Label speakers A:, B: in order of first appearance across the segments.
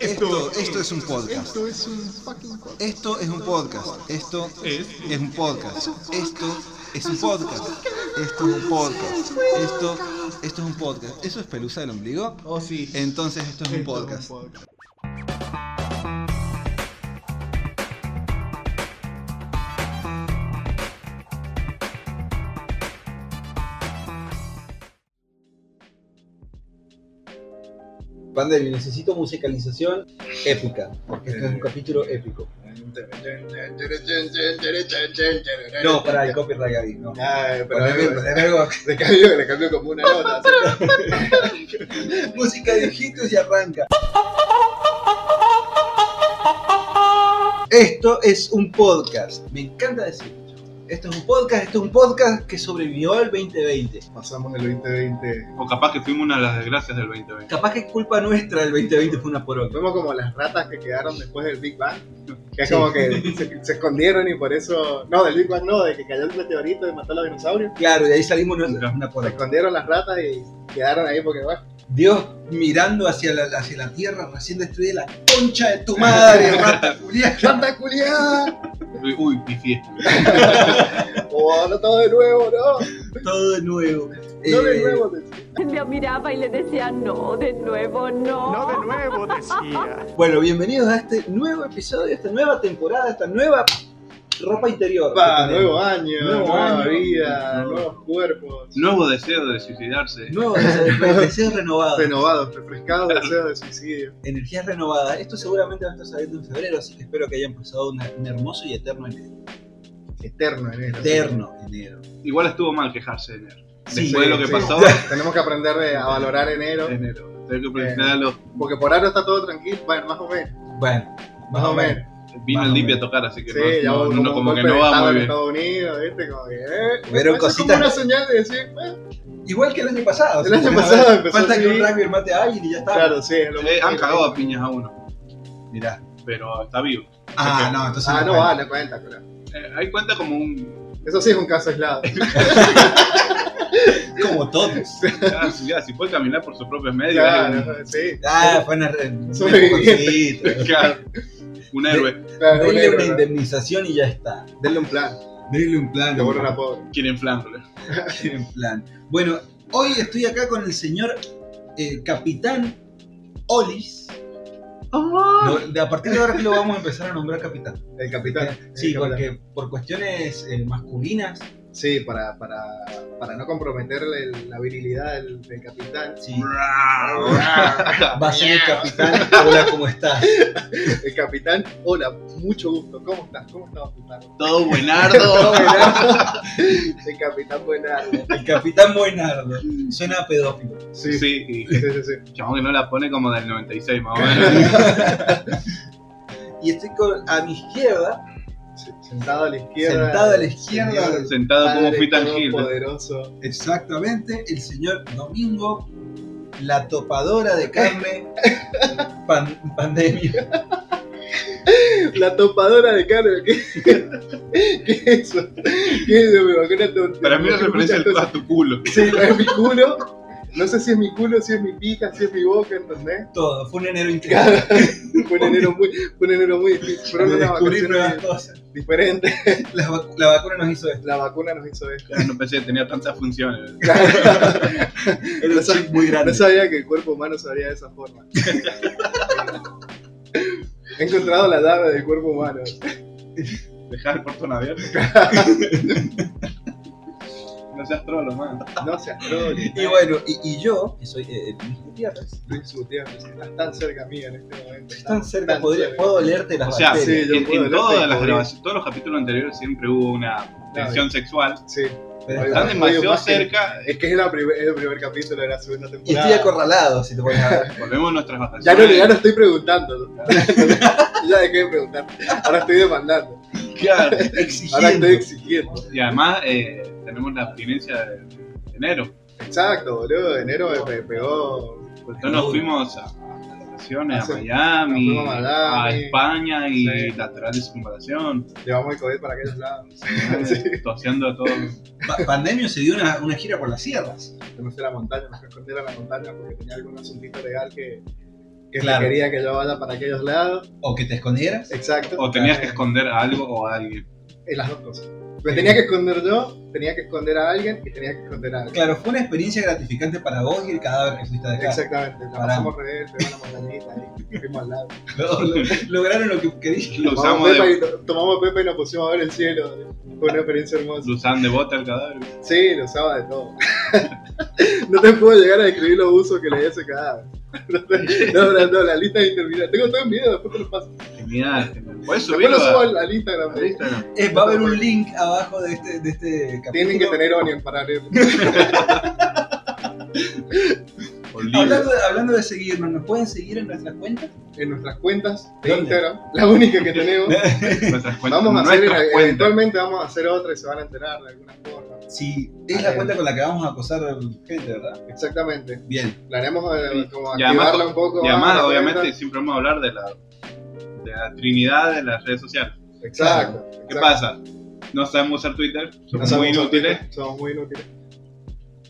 A: Esto, esto es un podcast.
B: Esto es un fucking podcast.
A: Esto es un podcast. Esto
C: Es-
A: es un podcast. Esto es un podcast. Esto es un podcast. Esto, esto es un podcast. ¿Eso es pelusa del ombligo?
C: Oh, sí.
A: Entonces esto es un podcast. Pandeli, necesito musicalización épica, porque este es un capítulo épico. No, para el copyright ahí, no.
C: Ah, pero
A: Poneme-
C: algo-
A: poneme algo.
C: le cambió, le cambió como una nota. así.
A: Música de ojitos y arranca. Esto es un podcast. Me encanta decirlo. Esto es un podcast, esto es un podcast que sobrevivió al 2020.
C: Pasamos el 2020.
D: O capaz que fuimos una de las desgracias del 2020.
A: Capaz que es culpa nuestra el 2020 fue una poronga.
C: Fuimos como las ratas que quedaron después del Big Bang. Que es
A: Sí.
C: como que se, se escondieron y por eso. No, del Big Bang no, de que cayó el meteorito y mató a los dinosaurios.
A: Claro, y ahí salimos una,
D: Mira.
A: una
C: Se
A: poronga.
C: escondieron las ratas y quedaron ahí porque, bueno,
A: Dios mirando hacia la, hacia la tierra, recién destruye la concha de tu madre, rata culiada.
C: ¡Rata culiada!
D: Uy, uy, mi fiesta.
C: ¡Oh, no todo de nuevo, no! ¡No
A: Todo de nuevo.
C: de
A: Eh,
C: nuevo!
E: La miraba y le decía, no, de nuevo, no.
F: No de nuevo, decía.
A: Bueno, bienvenidos a este nuevo episodio, esta nueva temporada, esta nueva ropa interior.
C: Pa,
A: que tenemos.
C: nuevo año,
A: Nuevo
C: nueva
A: año.
C: vida,
D: Nuevo.
C: nuevos cuerpos.
D: Nuevo deseo de suicidarse.
A: Nuevo deseo, deseo renovado.
C: Renovados, refrescados deseos de suicidio.
A: Energías renovadas. Esto seguramente va a estar saliendo en febrero, así que espero que hayan pasado una- un hermoso y eterno enero.
C: Eterno enero.
A: Eterno enero.
D: Igual estuvo mal quejarse de enero.
A: Sí,
D: Después de lo que
C: sí.
D: pasó,
C: Tenemos que aprender de- a valorar enero.
D: enero. Tengo que presionar a los.
C: Porque por ahora está todo tranquilo. Bueno, más o menos.
A: Bueno,
C: Más o menos.
D: Vino
A: Más o
D: el Dipi
A: menos.
D: a tocar, así que
C: Sí, ya
D: no, no,
C: hubo
D: no,
C: como,
D: como
C: un
D: que
C: golpe
D: no
C: de
D: va
C: estado en
D: muy bien.
C: Estados Unidos, ¿viste? Como que. Eh,
A: Hubieron
C: eso es como
A: cositas-
C: una señal de decir, eh,
A: Igual que el año pasado.
C: El año pasado empezó
A: Falta que
C: así.
A: un rugby mate a alguien y ya está.
C: claro, sí. es lo
D: Eh,
C: mismo. Ah,
D: han cagado a piñas a uno,
A: Mirá.
D: pero está vivo.
A: Ah, no, entonces.
C: Ah, no
A: cuenta.
C: va, no cuenta, claro.
D: Eh, ahí cuenta como un.
C: Eso sí es un caso aislado.
A: Como todos.
D: Ya, si- ya, si puede caminar por sus propios medios, es
C: Claro, sí.
A: Ah, fue una. re-
C: Sobreviviente.
A: un poquito.
D: un, claro, un héroe.
C: Claro, es un
A: Denle
C: héroe,
A: una
C: ¿no?
A: indemnización y ya está.
C: Denle un plan.
A: Denle un plan.
C: Te borran a pobre.
D: Quieren flanco.
A: En plan. Bueno, hoy estoy acá con el señor eh, Capitán Olis. Lo- de- a partir de ahora que lo vamos a empezar a nombrar capitán. Eh,
C: El capitán.
A: Sí,
C: El capitán.
A: porque por cuestiones eh, masculinas,
C: Sí, para, para, para no comprometer el- la virilidad del, del capitán.
A: sí, va a ser el capitán. Hola, ¿cómo estás?
C: El capitán, hola, mucho gusto. ¿Cómo estás? ¿Cómo estás, capitán?
D: Todo buenardo.
C: El capitán Buenardo.
A: El capitán Buenardo. Suena a pedófilo.
C: Sí,
D: Sí,
C: sí,
D: y
C: sí, sí. sí.
D: Chabón que no la pone como del 96 más o menos.
A: Y estoy con- a mi izquierda,
C: Sí, Sentado a la izquierda.
A: sentado a la izquierda.
C: señor.
D: Sentado como
C: Padre
D: Fitan Hill.
C: Todopoderoso.
A: Exactamente, el señor Domingo, la topadora de carne, pan- pandemia.
C: La topadora de carne. ¿Qué, ¿Qué es eso? ¿Qué es eso? Me bajó una tontería.
D: Para mí la
C: Muchas
D: referencia es
C: cosas.
D: a tu culo.
C: Sí, es mi culo. No sé si es mi culo, si es mi pica, si es mi boca, ¿entendés?
A: todo. Fue un enero increíble.
C: Fue un enero muy, fue un enero muy difícil. Fueron
A: de
C: unas
A: descubrir nuevas
C: vacaciones
A: cosas.
C: diferentes.
A: La, vacu- la vacuna nos hizo esto.
C: La vacuna nos hizo esto.
D: Ya No pensé que tenía tantas funciones.
A: Era un chip muy
C: No
A: grande.
C: sabía que el cuerpo humano se abría de esa forma. He encontrado la llave del cuerpo humano.
D: Dejar el portón abierto. No seas trolo, man.
C: No seas trole.
A: Y bueno, y, y yo, que soy eh, Luis Gutiérrez,
C: Luis Gutiérrez, estás tan cerca mía en este momento.
A: tan cerca,
C: tan
A: podría-
C: cerca.
A: puedo leerte las
D: O sea,
A: bacterias.
C: Sí, yo
D: en,
C: puedo
D: en
C: leerte y
D: todas las
C: podría.
D: grabaciones, todos los capítulos anteriores siempre hubo una tensión sexual.
C: Sí,
A: Pero
C: Oye,
A: está-
D: Están
C: oye,
D: demasiado
C: más que-
D: cerca.
C: es que es la primer- es el primer capítulo de la segunda
A: y
C: temporada.
A: estoy acorralado, si te pones a ver.
D: Volvemos a nuestras vacaciones.
C: ya, no, ya no estoy preguntando. ¿no? ya dejé de preguntar. Ahora estoy demandando.
D: Claro.
C: Ahora
A: Exigiendo.
C: estoy exigiendo.
D: Y además eh, tenemos la abstinencia de de enero. Pues
C: Exacto, boludo. Enero me, me pegó.
D: Entonces nos fuimos a, a las vacaciones,
C: Hace-
D: a Miami,
C: Ah, nos fuimos a
D: a,
C: Miami.
D: España y
C: Sí.
D: lateral de circunvalación.
C: Llevamos el COVID para aquellos lados.
D: Eh, Toseando a todos.
A: Pa- Pandemio se dio una, una gira por las sierras.
C: Yo me fui a la montaña, me fui a esconder a la montaña porque tenía algún asuntito legal que, que que
A: Claro.
C: se quería que yo vaya para aquellos lados.
A: O que te escondieras.
C: Exacto.
D: O tenías que esconder a algo o a alguien.
C: En las dos cosas. Me tenía que esconder yo, tenía que esconder a alguien y tenía que esconder a alguien.
A: Claro, fue una experiencia gratificante para vos y el cadáver que fuiste a dejar.
C: Exactamente. La
A: Paramos.
C: pasamos re bien, pegamos la montañita ahí, fuimos al lago.
A: Lo- lo- lograron lo que querían.
D: Lo
C: Tomamos
D: usamos
C: pepa,
D: de,
C: y, to- tomamos pepa y nos pusimos a ver el cielo. Fue una experiencia hermosa.
D: lo usaban de bota al cadáver.
C: Sí, lo usaba de todo. no te puedo llegar a describir los usos que le di a ese cadáver. No, te- no, no, no, la lista es interminable. Tengo todo en video, después te lo paso.
D: Genial. genial. Puedes
C: Después lo
D: subirlo
C: subo
D: a,
C: al, al Instagram.
D: a Instagram.
A: Eh, va a haber un link abajo de este, de este capítulo.
C: Tienen que tener Onion para leerlo.
D: O libro.
A: Hablando de, hablando de seguirnos, ¿nos pueden seguir en nuestras cuentas?
C: En nuestras cuentas de
A: ¿Dónde?
C: Instagram, la única que tenemos.
D: Nuestras cuentas.
C: Vamos a hacer,
D: nuestras cuentas.
C: eventualmente vamos a hacer otra y se van a enterar de alguna forma.
A: Sí, es
C: Ah,
A: la
C: eh.
A: cuenta con la que vamos a acosar gente, ¿verdad?
C: Exactamente.
A: Bien.
C: Planeamos eh, como
D: Y además-
C: activarla un poco.
D: Y
C: más,
D: además,
C: la cuenta.
D: obviamente, siempre vamos a hablar de la, de la trinidad de las redes sociales.
C: Exacto.
D: ¿Qué
C: exacto.
D: pasa? No sabemos usar Twitter, somos
C: Somos
D: muy inútiles
C: útiles, Somos muy inútiles.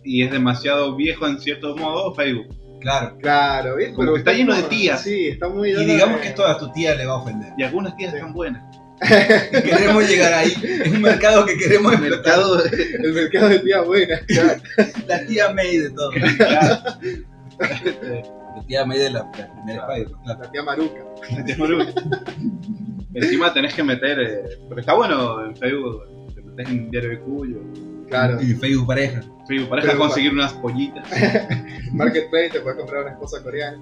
D: y es demasiado viejo en cierto modo Facebook.
A: Claro.
C: Claro, ¿viste?
D: Como que está lleno de tías.
C: Sí, está muy
A: Y
C: lleno
A: digamos
C: de-
A: que esto a tu tía le va a ofender.
D: Y algunas tías
C: Sí.
D: están buenas.
A: Queremos llegar ahí. Es un mercado que queremos
D: El
A: explotar.
D: mercado
C: El mercado de tías buenas. claro.
A: La tía May de todo.
D: Claro.
A: La tía May de la, la primera Spider-Man, claro.
C: La tía Maruca.
D: Es maluco. Encima tenés que meter. eh, porque está bueno en Facebook, te metes en Diario de Cuyo.
C: Claro.
A: Y Facebook pareja.
D: Facebook pareja
C: Pero,
D: conseguir unas pollitas.
C: Marketplace te puedes comprar una esposa coreana.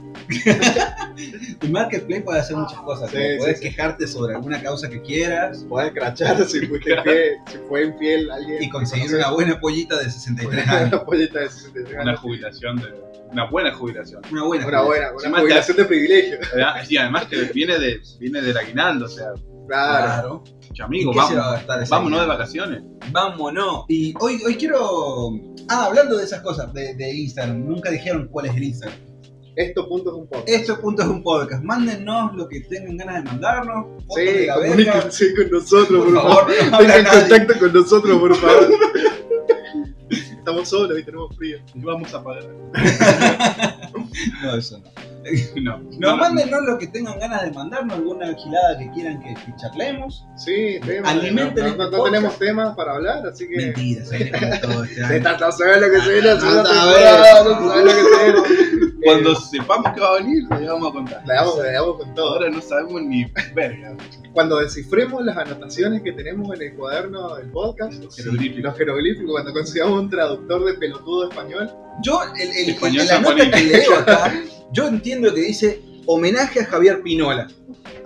A: El marketplace puede hacer muchas cosas.
C: Sí,
A: como
C: sí,
A: puedes
C: sí.
A: quejarte sobre alguna causa que quieras
C: Puedes crachar si fuiste infiel, si fue infiel alguien.
A: y conseguir una buena pollita de 63 años.
C: Una pollita de 63
D: Una
C: años.
D: jubilación, de, una buena jubilación.
A: Una buena.
C: Una buena,
D: Si
C: una
D: mata-
C: jubilación de privilegio.
D: ¿verdad? Y además que viene, de, viene del aguinaldo, o sea,
C: Claro.
A: Claro.
D: che,
A: ¿Y
D: amigo,
A: qué se va a
D: vamos,
A: gastar ese
D: vámonos de
A: dinero?
D: vacaciones.
A: Vámonos. Y hoy, hoy quiero. Ah, hablando de esas cosas de, de Instagram, nunca dijeron cuál es el Instagram.
C: Estos puntos un poco.
A: Esto punto es un podcast. Mándennos lo que tengan ganas de mandarnos. fotos de
C: Sí,
A: la verga.
C: comuníquense con nosotros,
A: Por favor, no habla
C: Tengan
A: nadie.
C: contacto con nosotros, por favor. Estamos solos y tenemos frío.
D: Y Vamos a pagar.
A: No, eso no.
D: No,
A: No,
D: no,
A: mándennos lo que tengan ganas de mandarnos, alguna gilada que quieran que, que charlemos.
C: Sí, temas.
A: Alimenten
C: No-
A: este
C: no- no
A: podcast.
C: tenemos temas para hablar, así que.
A: Mentira, se viene con todo este
C: Se
A: año.
C: está, no sabes lo que se viene, no sabes lo que
A: Ah,
C: se viene, no sabes lo que se viene.
D: Cuando
C: Eh,
D: sepamos que va a venir, le vamos a contar.
C: le damos, le damos con todo.
D: Ahora no sabemos ni verga.
C: Cuando descifremos las anotaciones que tenemos en el cuaderno del podcast,
D: Los
C: sí,
D: jeroglíficos.
C: los jeroglíficos, cuando consigamos un traductor de pelotudo español,
A: Yo, el, el-
D: Español
A: en la nota
D: sanjuanino.
A: que leo acá, yo entiendo que dice homenaje a Javier Pinola,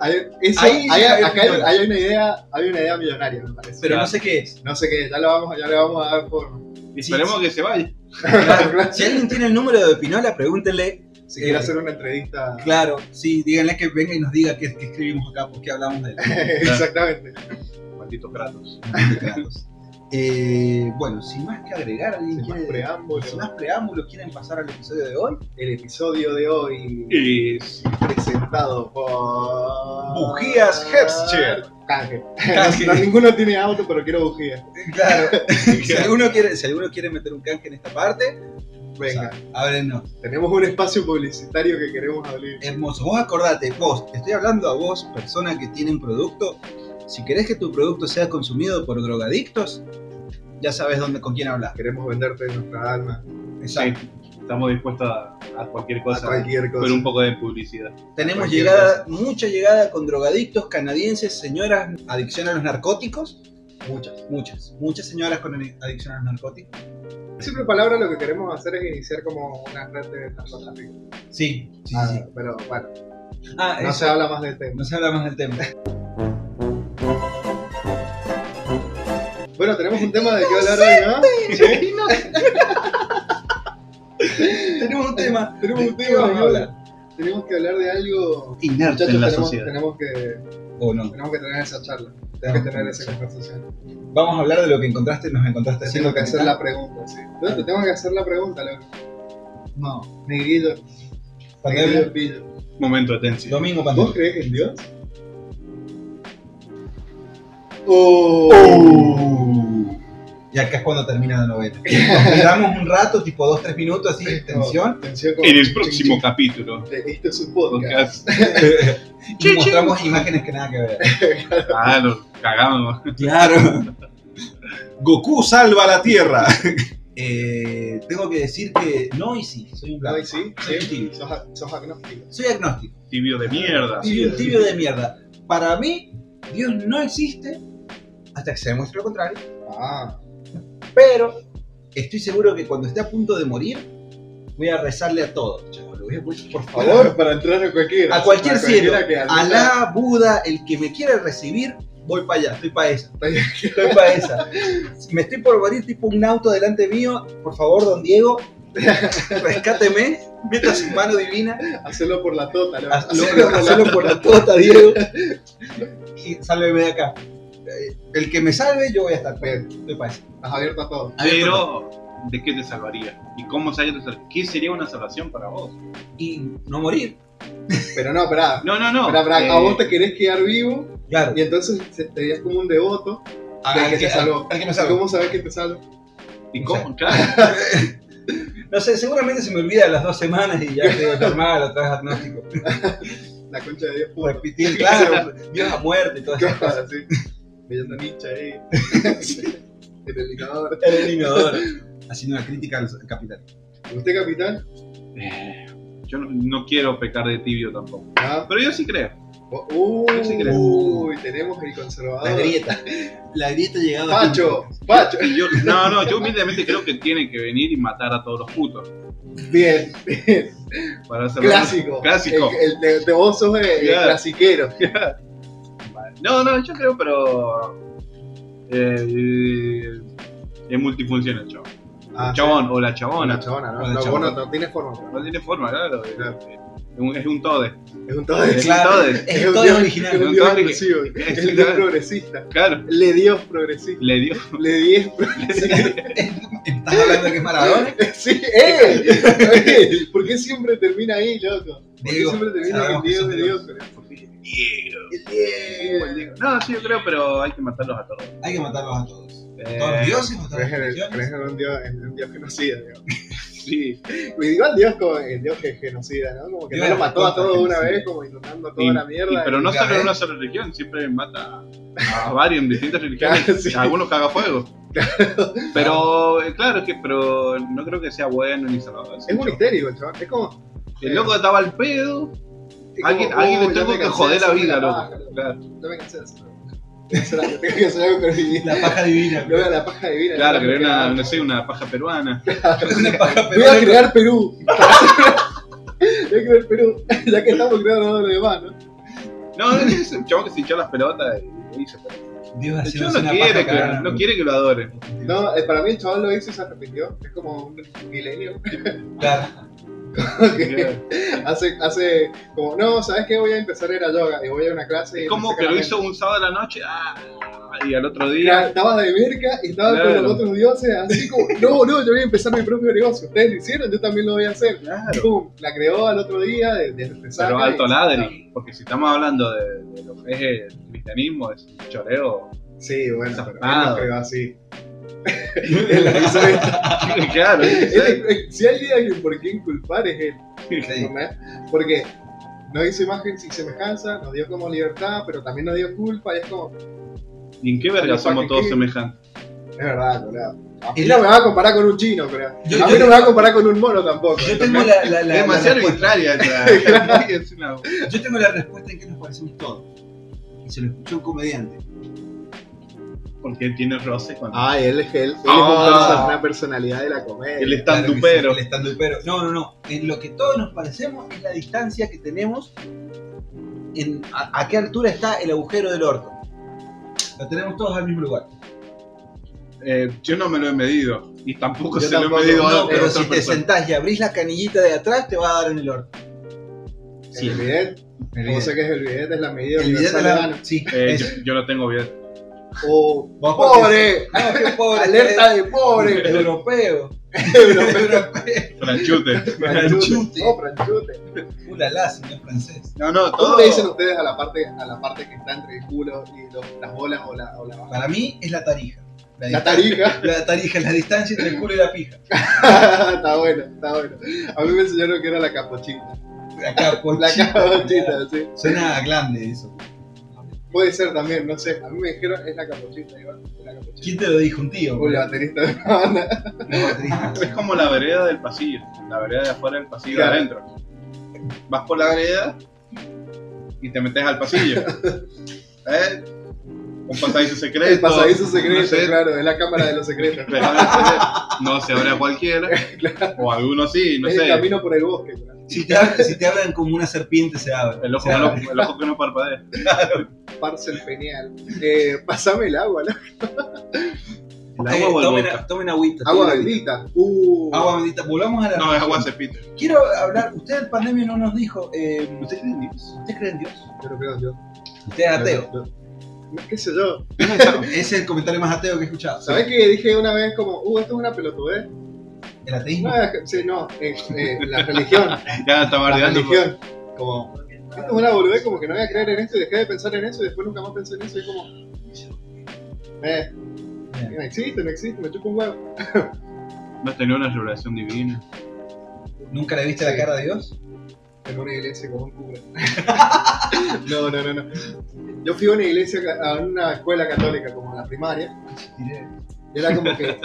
C: hay, eso-
A: Ahí
C: hay-
A: hay
C: acá
A: opiniones.
C: hay una idea, hay una idea millonaria, me parece.
A: pero
D: Claro.
A: no sé qué es.
C: No sé qué, ya, lo vamos, ya le vamos a dar forma.
D: Y esperemos que se vaya.
C: Claro.
A: Si alguien tiene el número de Pinola, pregúntenle.
C: Si quiere
A: Eh,
C: hacer una entrevista.
A: Claro, sí, díganle que venga y nos diga qué, qué escribimos acá, porque hablamos de él.
C: Exactamente.
D: Maldito Kratos.
A: Eh, bueno, sin más que agregar, alguien
C: Sin más
A: quiere-
C: preámbulo.
A: sin más preámbulos, quieren pasar al episodio de hoy.
C: El episodio de hoy
D: Y
C: presentado por.
A: Bujías Hepscher.
C: Canje.
A: Canje.
C: No, ninguno tiene auto, pero quiero bujías.
A: Claro, si, alguno quiere, si alguno quiere meter un canje en esta parte,
C: Venga,
A: ábrenos.
C: tenemos un espacio publicitario que queremos abrir.
A: Hermoso. Vos acordate, vos, te estoy hablando a vos, persona que tiene un producto. Si querés que tu producto sea consumido por drogadictos, ya sabes dónde, con quién hablar.
C: Queremos venderte nuestra alma
A: Exacto.
D: estamos dispuestos a, a cualquier
C: a
D: cosa.
C: cualquier cosa.
D: Pero un poco de publicidad.
A: Tenemos
C: Cualquier
A: llegada, mucha llegada con drogadictos canadienses, señoras, adicción a los narcóticos. Muchas, muchas, muchas señoras con adicción a los narcóticos.
C: En simple palabra, lo que queremos hacer es iniciar como una red de narcotráfico.
A: Sí, sí,
C: Ah,
A: sí.
C: Pero bueno,
A: Ah,
C: no
A: eso,
C: se habla más del tema.
A: no se habla más del tema.
C: Bueno, tenemos un tema de qué hablar hoy, ¿no?
A: tenemos un tema.
C: Tenemos un
A: ¿De qué
C: tema de
A: vamos a
C: qué hablar. Tenemos que hablar de algo.
D: Inerte
C: Muchachos,
D: en la
C: tenemos,
D: sociedad.
C: tenemos que,
A: ¿O Oh, no?
C: tenemos que tener esa charla. Tenemos que tener esa conversación.
A: Vamos a hablar de lo que encontraste, nos encontraste
C: Te
A: haciendo
C: tengo que hacer
A: capitán.
C: la pregunta, sí. Yo te tengo que hacer la pregunta, loco. No, negrito. Negrito
A: Pandemia.
C: el pillo.
D: Momento de tensión.
A: Domingo
C: ¿Vos
A: pandemia.
C: crees en Dios? Oh.
A: Y acá es cuando termina la novela. Nos quedamos un rato, tipo dos, tres minutos, así, en tensión.
C: Tensión con-
D: En el
C: ching,
D: próximo
C: ching.
D: capítulo.
C: Este es un podcast.
D: Podcast.
A: y mostramos imágenes que nada que ver.
D: Ah, lo cagamos.
A: Claro. Goku salva la Tierra. Eh, tengo que decir que no y sí, soy un
C: No,
A: blanco.
C: y sí,
A: Soy un
C: sí,
A: tibio.
C: sos, a- sos agnóstico.
A: Soy agnóstico.
D: Tibio de mierda.
A: Soy un tibio de mierda. Para mí, Dios no existe hasta que se demuestre lo contrario.
C: Ah,
A: Pero estoy seguro que cuando esté a punto de morir, voy a rezarle a todo. Chavo, le voy a poner, por
C: por
A: favor.
C: favor, para entrar a cualquiera.
A: A cualquier
C: A
A: cielo.
C: cualquiera que admita-
A: Alá, Buda, el que me quiera recibir, voy para allá, estoy para esa.
C: Pa' allá.
A: Estoy para esa. Me estoy por morir tipo un auto delante mío. Por favor, don Diego, rescáteme. Meta su mano divina.
C: Hacerlo por la tota. ¿no?
A: Haz- Logro hacerlo por la tota, Diego. Y sálveme de acá. Eh, El que me salve, yo voy a estar. pero Estoy para esa.
C: Estás abierto a todo.
D: Pero, ¿de qué te salvaría? ¿Y cómo sería tu sal- ¿Qué sería una salvación para vos?
A: Y no morir.
C: Pero no, pará.
D: No, no, no.
C: Pará, pará,
D: Eh,
C: A vos te querés quedar vivo
A: Claro.
C: y entonces se- te veías como un devoto.
A: Ah,
C: del que
A: al
C: te
A: que-
C: salvó.
A: al que me
C: ¿Y
A: salvó.
C: ¿Cómo sabes que te salvo?
D: Eh, ¿Y
A: no
D: cómo? Claro.
A: No sé, seguramente se me olvida de las dos semanas y ya digo normal, otra vez agnóstico.
C: La concha de Dios. puta.
A: Repetir, claro, Dios a muerte y todas
C: ¿Qué
A: esas cosas.
C: pasa? Sí. Leyendo Nietzsche ahí. En el indicador.
A: En el inodoro. Haciendo una crítica al al capital.
C: ¿Usted, capitán?
D: Eh, Yo no, no quiero pecar de tibio tampoco.
C: Ah,
D: Pero yo sí creo.
C: uy,
D: Yo sí creo.
C: uy, tenemos el conservador.
A: La grieta llegaba.
C: Pacho, Pacho.
D: Yo- no, no, yo humildemente creo que tiene que venir y matar a todos los putos.
C: Bien, bien.
D: Para hacer
C: Clásico.
D: Clásico.
C: El, el de, de vos sos el, el
D: Claro.
C: clasiquero.
D: No, no, yo creo, pero. eh, es multifuncional, chabón.
C: Ah,
D: chabón o la
C: sí.
D: chabona.
C: Una chabona, ¿no?
A: Una
C: No,
A: chabona.
C: vos no, no tienes forma. pero
D: No tiene forma, claro. Es
C: Claro.
D: un, es un tode.
C: Es un todo es,
A: Claro.
D: Todes.
A: Es todo
C: dios
A: original.
C: Es
D: ¿no?
C: un dios
D: Todes.
C: inclusivo. Es un dios
D: Claro.
C: progresista.
D: Claro,
C: Le dios progresista.
D: le dio.
C: Le diez progresista.
A: ¿Estás hablando de que es Maradona?
C: sí, ¡eh! ¡Eh! ¿Por qué siempre termina ahí, loco? ¿Por qué
A: Diego,
C: siempre termina en
A: sabemos que
C: dios
A: sos Eh,
C: de
A: Dios.
C: dios?
A: Diego.
D: No, sí, yo creo, pero hay que matarlos a todos.
A: Hay que matarlos a todos.
D: Eh,
A: Todos los dioses, o todas
C: Crees
A: las
C: en, el-
A: religiones.
C: crees en un dios, en un dios genocida, digamos.
D: Sí,
C: Y Igual dios como el dios que es genocida, ¿no? Como que
A: Dios
C: no lo
A: de la
C: mató
A: puta,
C: a todos de una
A: genocida.
C: vez, como inundando toda
D: y-
C: la mierda.
D: y- pero no
C: y-
D: solo en una sola religión, siempre mata a varios en distintas religiones,
C: Claro, sí.
D: a algunos cagafuegos. Pero, eh, claro, es que pero no creo que sea bueno ni salvador.
C: Es un histérico, chaval. Es como.
D: El loco estaba al pedo,
C: es
D: alguien,
C: como,
D: alguien
C: "Uy,
D: le
C: ya
D: tuvo
C: me
D: que
C: cansé
D: joder
C: de
D: la
C: hacerme
D: vida,
C: paja,
D: loco. Claro,
C: Ya me cansé de hacerlo. Ya será que Tengo que hacer algo con mi vida.
A: La paja divina.
C: Luego a la paja divina. ¿no?
D: claro, que era una,
C: Voy
D: no sé, una paja peruana.
A: Una paja
C: a
A: peruana.
C: crear Perú. Voy a crear Perú. Ya que estamos creando todo lo demás, ¿no?
D: No, es un chabón que se hinchó las pelotas y, y se fue.
A: Dios
D: El
A: haciendo
D: chabón
A: una
D: no quiere,
A: paja
D: que,
A: peruana.
D: no quiere que lo adoren.
C: No, eh, para mí el chaval lo hizo y se arrepintió. Es como un milenio.
A: Claro.
C: que hace, hace como, no, ¿sabes qué? Voy a empezar a ir a yoga y voy a una clase. y
D: Es como
C: me
D: que
C: saca
D: lo
C: la
D: hizo
C: mente.
D: un sábado a la noche ah, y al otro
C: Mira,
D: día.
C: Estabas de verga y estabas
D: Claro.
C: con los otros dioses, así como, no, no, yo voy a empezar mi propio negocio. Ustedes lo hicieron, yo también lo voy a hacer.
D: Claro.
C: Pum, la creó al otro día de, de
D: Pero
C: resaca
D: alto
C: y-
D: ladri, porque si estamos hablando de, de lo que es el cristianismo, es un choreo.
C: Sí, bueno, pero él
D: Zarpado.
C: lo creó así. Él lo hizo él.
D: claro, es-
C: Él- él- si hay alguien por quien culpar es él.
A: Sí.
C: ¿entendés? Porque no hizo imagen sin semejanza, nos dio como libertad, pero también nos dio culpa y es como,
D: ¿Y en qué verga
C: Pero
D: somos
C: ¿para
D: todos
C: qué?
D: semejantes?
C: Es verdad, colega. A mí
A: Es
C: no
A: la-
C: me va a comparar con un chino, colega.
A: Yo-
C: a mí
A: yo-
C: no me va a comparar con un mono tampoco.
A: Yo tengo la, la, la,
D: es
A: la
D: demasiado
A: respuesta.
D: arbitraria esa- es una-
A: Yo tengo la respuesta en que nos parecemos todos. Y se lo escuchó un comediante.
D: Porque tiene roce con
C: Ay, él es él. Él
D: Ah.
C: es un perso- una personalidad de la comedia.
D: el
A: Claro que
D: estandupero.
A: sí, el estandupero. No, no, no. En lo que todos nos parecemos es la distancia que tenemos en a, a qué altura está el agujero del orto. Lo tenemos todos al mismo lugar.
D: Eh, yo no me lo he medido y tampoco
C: Yo
D: se
C: tampoco,
D: lo he medido a
C: no,
D: otra
A: pero si te
D: persona.
A: sentás y abrís la canillita de atrás, te va a dar en el orto.
C: El bidet, ¿cómo sé que es el bidet? Es la medida
A: El bidet
C: universal
A: de
C: de
A: la-
C: mano.
A: Sí,
D: Eh,
A: eso.
D: yo, yo no tengo bien.
C: Oh,
A: Vos porque-
C: ¡Pobre!
A: No, Ah, qué pobre.
C: ¡Alerta de pobre!
A: Europeo.
D: Franchute.
A: Franchute.
C: Franchute. Oh, franchute.
A: Ulala, si no es francés.
D: No, no,
C: ¿Cómo
D: todo.
C: le dicen ustedes a la parte, a la parte que está entre el culo y los- las bolas o la, o la baja?
A: Para mí es la tarija.
C: La tarija.
A: La tarija, la distancia entre el culo y la pija.
C: está bueno, está bueno. A mí me enseñaron que era la capochita.
A: La capochita.
C: La capochita, sí.
A: Suena grande eso.
C: Puede ser también, no sé. A mí me dijeron es la capochita, Iván. Es la capochita.
A: ¿Quién te lo dijo? Un tío.
C: Un baterista de una banda.
A: Los bateristas.
D: Es como la vereda del pasillo, la vereda de afuera del pasillo
C: Claro.
D: de adentro. Vas por la vereda y te metes al pasillo. ¿Eh? Un pasadizo secreto.
C: El pasadizo secreto,
D: no sé,
C: claro, es la cámara de los secretos.
D: pero a veces no se abre a cualquiera. O alguno sí, no
C: es el
D: sé.
C: camino por el bosque. claro.
A: Si te, hablan, si te hablan como una serpiente, se abre.
D: El ojo,
A: Se
D: el
A: abre.
D: ojo- el ojo que no parpadea.
C: Parcel Peneal. Eh, pasame el agua, ¿no?
D: El
A: Eh,
D: agua o el
A: tomen,
D: vodka.
A: tomen agüita.
C: Agua
A: tomen
C: bendita. Uh,
A: Agua bendita. Volvamos a la.
D: No, es agua cepita.
A: Quiero hablar. Usted en pandemia no nos dijo. Eh, ¿Usted cree en Dios? ¿Usted cree en Dios?
C: Yo no creo en Dios.
A: Usted es ateo.
C: Yo- yo- ¿Qué sé yo?
A: Ese es el comentario más ateo que he escuchado.
C: ¿Sabés que dije una vez como, uh, esto es una pelotudez?
A: El ateísmo.
C: No, es- sí, no, eh, eh, la religión.
D: Ya está pues.
C: la
D: bardeando.
C: religión. Como, esto es una boludez, como que no voy a creer en esto y dejé de pensar en eso y después nunca más pensé en eso y es como, eh, no existe, no existe, me chupo un huevo.
D: No has tenido una revelación divina.
A: ¿Nunca le viste la cara de Dios?
C: En una iglesia como un cura. no, no, no, no. Yo fui a una iglesia, ca- a una escuela católica como la primaria. Y era como que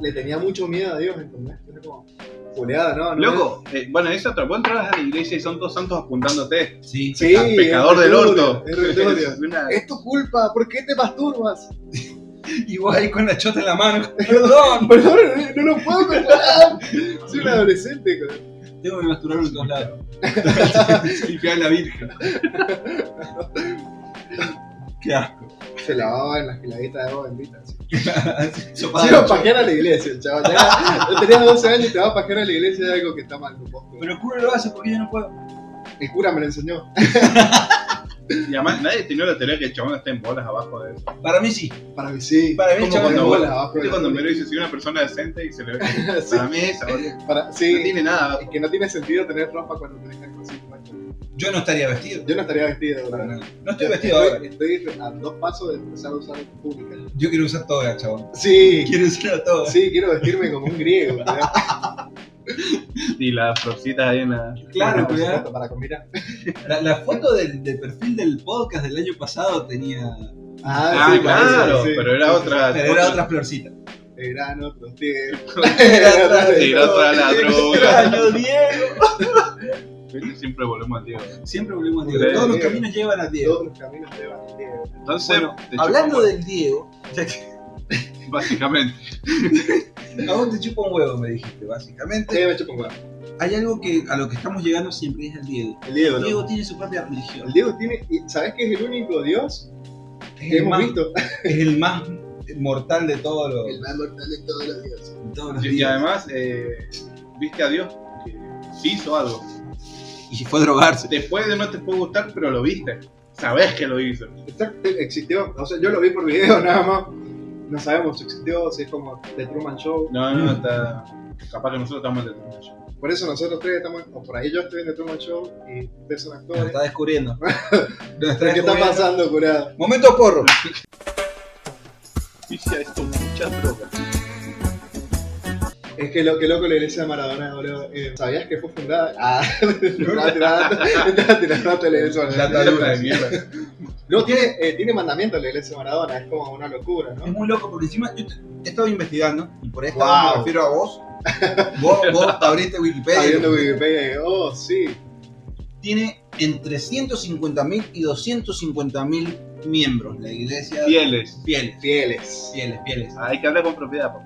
C: le tenía mucho miedo a Dios, ¿entendés? Era como, fuleada, ¿no? no
D: Loco, eh, bueno, eso otra. Vos entras a la iglesia y son todos santos apuntándote.
A: Sí.
C: Sí,
D: pecador
C: es
D: del
C: redorio,
D: orto.
C: es redorio.
D: Una-
C: Es tu culpa, ¿por qué te masturbas?
A: Y vos ahí con la chota en la mano. Perdón.
C: Perdón, no lo puedo controlar. Soy un adolescente, co-
A: Tengo que masturbar en todos lados. y pegar la virgen. Qué asco.
C: Se lavaba en las filaditas de agua bendita. así.
A: Sopa
C: Se
A: de
C: iba a
A: ocho.
C: pajear a la iglesia, chaval. Ya, tenías 12 años y te vas a pajear a la iglesia de algo que está mal con vos. co.
A: Pero el cura lo hace porque yo no puedo.
C: El cura me lo enseñó.
D: Y además nadie tenía la teoría que el chabón esté en bolas abajo de eso.
A: Para mí sí.
C: Para mí sí.
A: Para mí el
C: Como
A: chabón
C: cuando
A: no
C: vuelas abajo de
D: ¿Viste
C: la
D: cuando
C: luna.
D: Mero dice soy una persona decente y se le ve?
C: Sí,
D: Para mí esa, boludo.
C: para-
D: No
C: sí.
D: tiene nada.
C: Es que no tiene sentido tener ropa cuando tenés que conseguir macho.
A: Yo no estaría vestido.
C: Yo no estaría vestido,
A: Para
C: ¿verdad?
A: nada. No estoy vestido ahora.
C: Estoy, estoy a dos pasos de empezar a usar túnica.
A: Yo quiero usar toga, chabón.
C: Sí,
A: Quiero usar toga.
C: sí, quiero vestirme como un griego. ¿verdad?
D: Y las florcitas ahí en la.
A: Claro,
C: Por
A: cuidado.
C: supuesto, para combinar.
A: La, la foto del, del perfil del podcast del año pasado tenía.
D: Ah,
A: sí,
D: claro,
C: parece, sí.
D: pero era otra.
A: Pero era otra florcita.
C: Eran otros tiempos.
A: Era otra-
D: Era otra ladrona.
A: Año Diego.
D: Viste, Siempre volvemos al Diego.
A: Siempre volvemos a Diego.
D: Sí.
A: Todos los caminos llevan a Diego.
C: Otros caminos de Evangelio.
D: Entonces,
A: Bueno,
D: te chupa
A: hablando
D: un
A: del Diego, ya que-
D: huevo, Básicamente.
A: a vos te chupa un huevo, me dijiste, básicamente.
C: Sí, me chupo un huevo.
A: Hay algo que a lo que estamos llegando siempre es el Diego.
C: El Diego, ¿no?
A: Diego tiene su propia
C: El
A: religión.
C: Diego tiene. y ¿Sabés que es el único Dios
A: Es
C: que
A: el
C: hemos
A: más,
C: visto?
A: es el más mortal de todos los,
C: El más mortal de todos los dioses.
A: de todos los
D: Y, y
A: días.
D: además, eh, viste a Dios que hizo algo.
A: Y fue a drogarse.
D: Después de no te puede gustar, pero lo viste. Sabés que lo hizo.
C: Exacto, existió. O sea, yo lo vi por video nada más. No sabemos si existió, si es como The Truman Show.
D: No, no, está. Capaz que nosotros estamos en el
C: Por eso nosotros tres estamos, o por ahí yo estoy en el Truman Show y ustedes son
A: Nos
C: actores.
A: está descubriendo. Nos está
C: ¿Qué está
A: descubriendo.
C: pasando, Ah. curado?
A: Momento porro.
D: Viste a esto mucha droga.
C: Es que lo que loco la iglesia de Maradona, boludo. eh, ¿Sabías que fue fundada? Ah, te estaba tirando, te estaba tirando la iglesia de
A: La
C: Maradona.
A: tabla.
D: Dura de mierda.
C: No, tiene, eh, tiene mandamiento la iglesia de Maradona, es como una locura,
A: Es
C: ¿no?
A: muy loco porque encima yo te- he estado investigando y por esta
C: Wow.
A: vez me refiero a vos. Vos, vos abriste Wikipedia.
C: Abriendo Wikipedia, y, oh, sí.
A: Tiene entre 150.000 y 250.000 miembros la iglesia.
D: Fieles.
A: Fieles,
C: Fieles.
A: fieles, fieles.
D: Hay que hablar con propiedad. papá.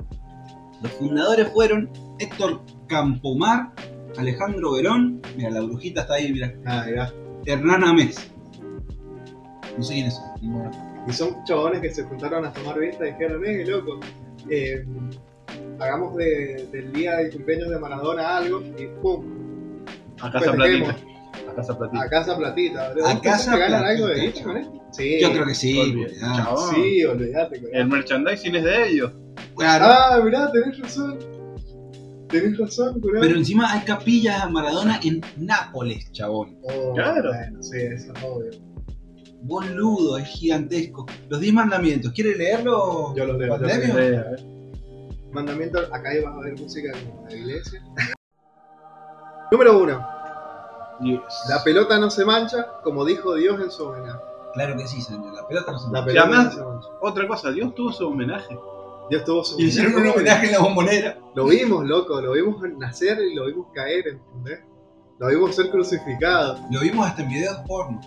A: Los fundadores fueron Héctor Campomar, Alejandro Verón, mira la brujita está ahí, mira,
C: Ah, ya.
A: Hernán Amés. No sé quién es, ninguno.
C: Y son chabones que se juntaron a tomar vista y dijeron, eh, loco, eh, hagamos de- del día del cumpleaños de Maradona algo y pum,
D: Acá está
C: Festejemos.
D: platita. Acá está platita.
C: a casa platita. boludo.
A: A
C: ¿Vos pensás
A: casa
C: que ganan
A: platita,
C: algo de
A: chaval.
C: dicho con esto? Sí.
A: Yo creo que sí.
D: Olvida-
A: cuidado.
D: Chabón.
C: Sí, olvidate, curado.
D: El merchandising es de ellos.
A: Claro.
C: Ah, mirá, tenés razón. Tenés razón, curado.
A: Pero encima hay capillas a Maradona en Nápoles, chabón.
C: Oh,
D: Claro.
C: Bueno, sí, eso es obvio.
A: boludo, es gigantesco. Los 10 mandamientos, ¿quiere leerlo?
C: Yo los leo. yo los
A: ¿Pandemia?
C: leo.
D: Eh, a ver.
C: Mandamiento, acá ahí vas a ver música como de iglesia. Número 1.
D: Yes.
C: La pelota no se mancha, como dijo Dios en su homenaje.
A: Claro que sí, señor. La pelota no se
C: La
A: mancha.
C: pelota
D: además-
C: no se mancha.
D: Otra cosa, Dios tuvo su homenaje.
C: Dios tuvo su
A: Y hicieron un homenaje en la bombonera.
C: Lo vimos, loco, lo vimos nacer y lo vimos caer, ¿entendés? Lo vimos ser crucificado.
A: Lo vimos hasta en videos porno.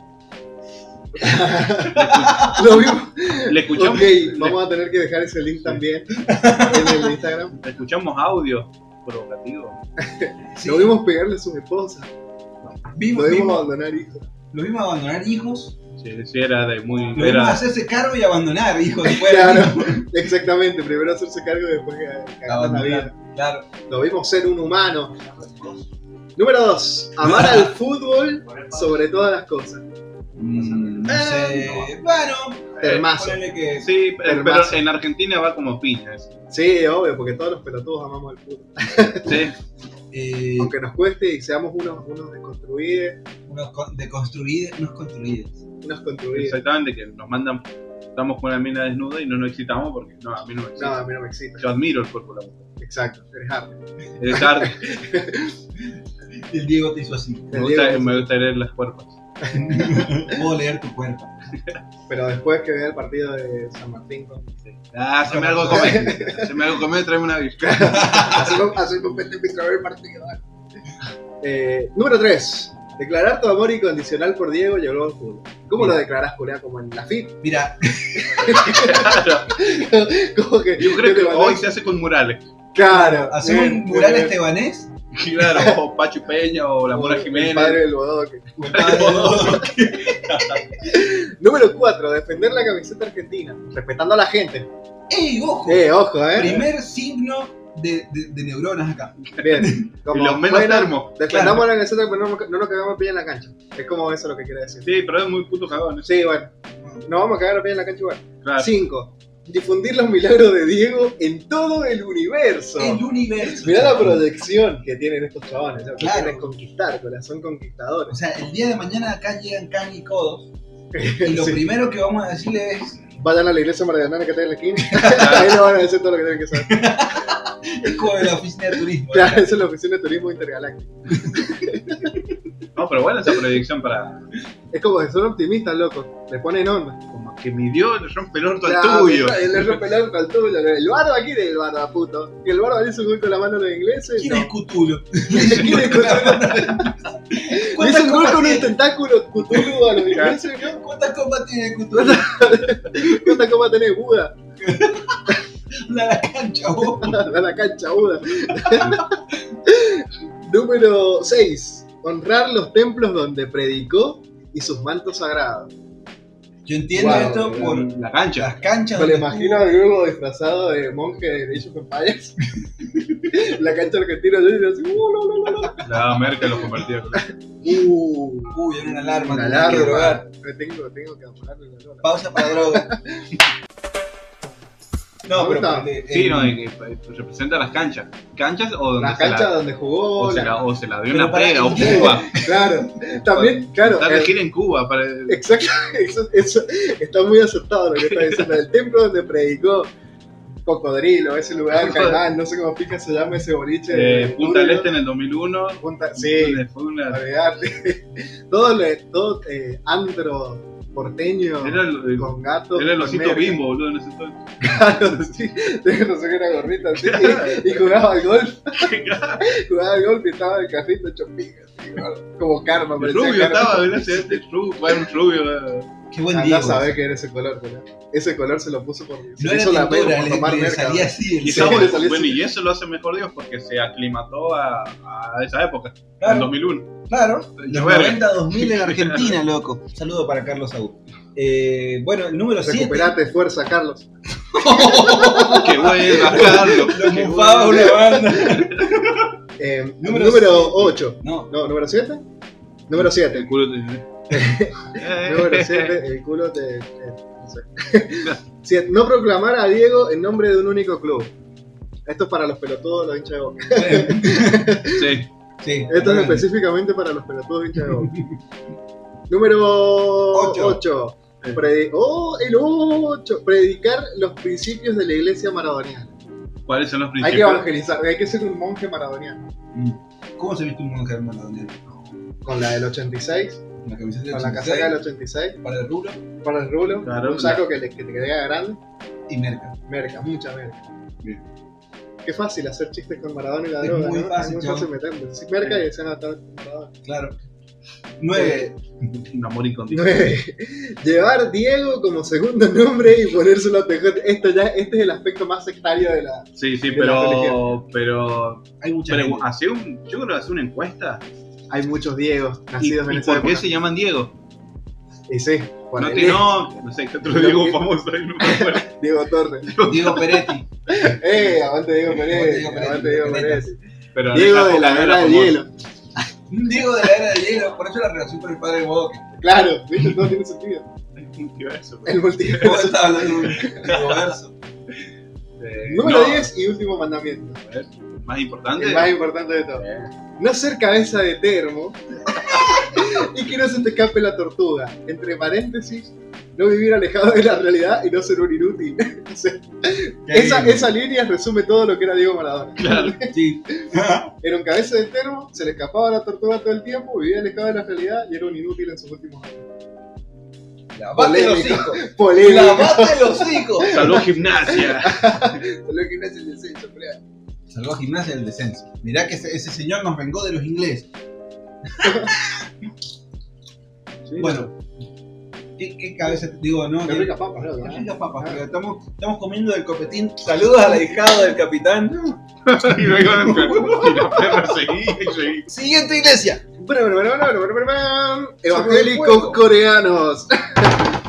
C: Lo vimos.
D: Le escuchamos,
C: ok, vamos a tener que dejar ese link también en el Instagram.
D: le escuchamos audio provocativo.
A: Sí,
C: Lo vimos pegarle a sus esposas. Lo
A: vimos,
C: vimos
A: vimos-
C: abandonar hijos.
A: lo vimos abandonar hijos.
D: Sí, sí, era de muy.
A: Lo vimos
D: era-
A: hacerse cargo y abandonar hijos después.
C: Claro, exactamente. Primero hacerse cargo y después cagar la vida.
A: Abandonar, claro.
C: Lo vimos ser un humano. Número 2. Amar al fútbol sobre todas las cosas.
A: Mm, no
D: Eh,
A: sé. Bueno,
C: Termazo.
A: ponele que.
D: Sí, eh, pero
C: Hermazo.
D: en Argentina va como piña. eso.
C: Sí, obvio, porque todos los pelotudos amamos al fútbol.
D: Sí,
A: eh,
C: Aunque nos cueste y seamos unos, unos desconstruidos,
A: unos con- deconstruidos, unos construidos.
C: unos construidos.
D: exactamente, que nos mandan. Estamos con la mina desnuda y no nos excitamos porque no, a mí no me
C: No,
D: excita.
C: a mí no me excita.
D: Yo admiro el cuerpo de la mujer.
C: Exacto, eres arte.
D: Es tarde.
A: El Diego te hizo así.
D: Me gusta, me gusta leer las cuerpos.
A: Puedo leer tu cuerpo.
C: Pero después que vea el partido de San Martín con.
D: Ah, se me algo de comer. Se me algo de comer, tráeme una bizca.
C: Así con- así con Pete Pico ver el partido. dale. Eh, número 3. Declarar tu amor incondicional por Diego y el gol fútbol. ¿Cómo lo declarás, Julián? Como en la FIP.
A: Mira,
C: Como que
D: Yo creo
C: te
D: que
C: mandás-
D: hoy se hace con murales.
C: Claro.
A: hacemos
C: bien,
A: un mural
D: este
C: bien.
A: estebanés.
D: Claro, o Pachu Peña o la Mora
C: El
D: Jiménez.
C: padre del bodoque.
A: compadre.
C: Número 4. Defender la camiseta argentina. Respetando a la gente.
A: ¡Ey, ojo!
C: Eh, ojo, eh.
A: Primer signo de, de- de neuronas acá.
C: Bien. Como,
D: Y los menos
C: bueno,
D: termos.
C: Defendamos la camiseta, pero no, no nos cagamos pilla en la cancha. Es como eso lo que quiere decir.
D: Sí, pero es muy puto cagón. ¿eh?
C: Sí, bueno. No vamos a cagar pilla en la cancha igual.
D: Claro.
C: 5. Difundir los milagros de Diego en todo el universo.
A: El universo.
C: Mirá la proyección que tienen estos chabones. ¿no? Que
A: Claro.
C: quieren conquistar, corazón son
A: O
C: conquistadores.
A: sea, el día de mañana acá llegan Khan y Codos. Y lo
C: Sí.
A: primero que vamos a decirle es:
C: Vayan a la iglesia marianana que está en la esquina. Ahí le van a decir todo lo que tienen que saber.
A: es como de la oficina de turismo.
C: Claro, esa es la oficina de turismo intergaláctico.
D: No, pero bueno, esa proyección para.
C: Es como que son optimistas, loco. Le ponen onda.
D: Como que mi Dios le rompe el orto al
C: Claro,
D: tuyo.
C: El error pelado al tuyo. El barba aquí del barba, puto. Que el barba le hizo un gol con la mano a los ingleses.
A: ¿Quién
C: No.
A: es Cthulhu?
C: ¿Quién es Cthulhu? Le hizo
A: ¿Cuántas
C: un gol
A: copas
C: con un
A: tiene?
C: tentáculo Cthulhu a los ingleses, ¿no?
A: ¿Cuántas copas tiene Cthulhu?
C: ¿Cuánta copa tenés, Buda?
A: La, la cancha, vos.
C: a la cancha, Buda. Número 6. Honrar los templos donde predicó y sus mantos sagrados.
A: Yo entiendo
C: Wow,
A: esto
C: la-
A: por
D: La cancha.
A: las canchas.
C: Me lo
A: donde
C: imagino a Diego disfrazado de monje de Age of Empires. la cancha argentina, yo digo así, "Uh, no, no, no, no".
D: La Merkel lo convertía. con-
C: Uh,
A: estuvo. Uy, era una alarma.
C: una
A: tengo que drogar.
C: larga. Me tengo, tengo que apagarle la lona.
A: Pausa para droga. No,
C: Me
A: pero.
C: gusta.
A: ponele,
D: Sí,
A: eh,
D: no, y- y- representa las canchas. ¿Canchas o donde
C: La
D: se
C: cancha
D: la,
C: donde jugó.
D: o, se
C: la-
D: la, o se la dio
A: Pero
D: una
A: para-
D: pega o Cuba?
C: Claro, también, claro.
D: Está
C: el-
D: de gira en Cuba. Para,
C: Exacto, eso, eso- está muy aceptado lo que está diciendo. El templo donde predicó Cocodrilo, ese lugar, Caimán, no sé cómo pica se llama ese boliche.
D: eh,
C: de-
D: Punta del
C: duro,
D: Este en el Este. 2001.
C: ¿no? Punta, sí,
D: donde fue una-
C: olvidate. Todo, le- todo eh, andro porteño
D: Era el- el-
C: con gatos.
D: Era el
C: con
D: osito
C: merca.
D: bimbo, boludo, en ese entonces.
C: Claro, sí, de no sé qué era gorrita, sí, y, y jugaba al golf. jugaba al golf y estaba en el carrito hecho pica, así, como karma.
D: El
C: parecía
D: rubio
C: karma.
D: estaba, gracias a este rubio. Era un rubio. eh.
A: Qué buen
C: Andá
A: día.
C: a saber que era ese color, ¿verdad? Ese color se lo puso por. Se
A: No
C: le
A: era
C: hizo la
A: pintura,
C: pelo por
A: le-
C: tomar
A: le
C: merca.
A: salía
C: ¿verdad?
A: así.
D: Y
A: el-
C: Sí,
D: estaba-
C: le salió
D: bueno,
C: ese-
D: y eso lo hace mejor Dios porque se aclimató a, a esa época, en
A: Claro,
D: 2001.
A: claro. Los
D: verga.
A: 90, 2000 en Argentina, loco. Un saludo para Carlos Saúl. Eh, bueno, el número 7.
C: Recuperate, fuerza, Carlos.
D: Qué bueno, Carlos.
A: Lo
D: qué
A: mufaba
D: bueno.
A: una banda.
C: Eh,
A: Número
C: número
A: siete.
C: 8.
A: No,
C: No, número 7. Número
D: El
C: 7.
D: culo te-
C: Número 7, el culo te. eh, no sé. Siete, No proclamar a Diego en nombre de un único club. Esto es para los pelotudos, los hinchas de boca.
D: Sí.
A: sí.
C: Esto es
A: Bueno,
C: específicamente para los pelotudos, hinchas de boca. Número
A: Ocho.
C: 8. Pre- ¡Oh, el 8! Predicar los principios de la iglesia maradoniana.
D: ¿Cuáles son los
C: Hay que
D: principios?
C: evangelizar, hay que ser un monje maradoniano.
A: ¿Cómo se viste un monje maradoniano?
C: Con la del 86,
A: Con la camiseta del
C: con la
A: 86,
C: casaca del 86,
A: para el rulo
C: para el rulo,
D: Claro,
C: un saco que, le- que te queda grande,
A: y merca.
C: merca, mucha merca.
D: Bien.
C: Qué fácil hacer chistes con Maradona y la
A: Es
C: droga,
A: muy
C: ¿no?
A: fácil,
C: es muy
A: chavo.
C: fácil meterlo. Sí, merca y decían hasta Maradona.
A: Claro. 9.
C: Eh,
D: Un amor incondicional.
C: Nueve. Llevar Diego como segundo nombre y ponérselo a TJ. Esto ya, este es el aspecto más sectario de la.
D: Sí, sí,
C: De la
D: pero, pero,
A: Hay mucha
D: pero
A: gente.
D: hace un, yo creo que hace una encuesta.
C: Hay muchos Diegos
D: ¿Y,
C: nacidos en
D: y
C: esa
D: por qué
C: época.
D: se llaman Diego?
C: Y sí, por
D: No,
C: el
D: te, no, no sé, que otro
C: Lo
D: Diego
C: que-
D: famoso. ahí no me acuerdo.
C: Diego Torres.
A: Diego Peretti.
C: ¡Eh! Aguante Diego Pérez.
A: Diego Pérez,
C: Aguante Diego
A: Diego
C: Pérez.
D: Pero en
C: Diego
D: esa
C: de
D: época
C: la
D: no
C: era de
D: famoso.
C: hielo.
A: Diego de la era de hielo. Por eso la relación con el padre de Bodoque.
C: Claro, ¿viste? Todo tiene sentido.
D: Hay un multiverso, pues.
C: El multiverso.
A: ¿Cómo estaba hablando de un universo?
D: Eh,
C: Número
D: no,
C: 10 y último mandamiento.
D: a ver, Más importante.
C: El más importante de todo. No ser cabeza de termo. y que no se te escape la tortuga. Entre paréntesis, no vivir alejado de la realidad y no ser un inútil. O sea, esa, esa línea resume todo lo que era Diego Maradona.
D: Claro.
A: Sí.
C: Era un cabeza de termo, se le escapaba la tortuga todo el tiempo, vivía alejado de la realidad y era un inútil en sus últimos años.
A: Lavate los
C: Polémico.
A: hijos.
C: Polémica.
A: Lavate los hijos.
D: Salud gimnasia.
C: Lo que no es el descenso, pero-
A: Salvó a gimnasia del descenso. Mirá que ese, ese señor nos vengó de los ingleses. Bueno, ¿qué, qué cabeza? Digo, no.
C: Qué
A: que-
C: rica papa, ¿no?
A: Qué ricas papas, pero estamos, estamos comiendo del copetín. Saludos al ahijado del capitán.
D: y luego la perra- y la perra seguía y seguía.
A: Siguiente iglesia.
C: Bueno, bueno, bueno, bueno, bueno, bueno, bueno.
A: fuego.
C: Evangélicos coreanos.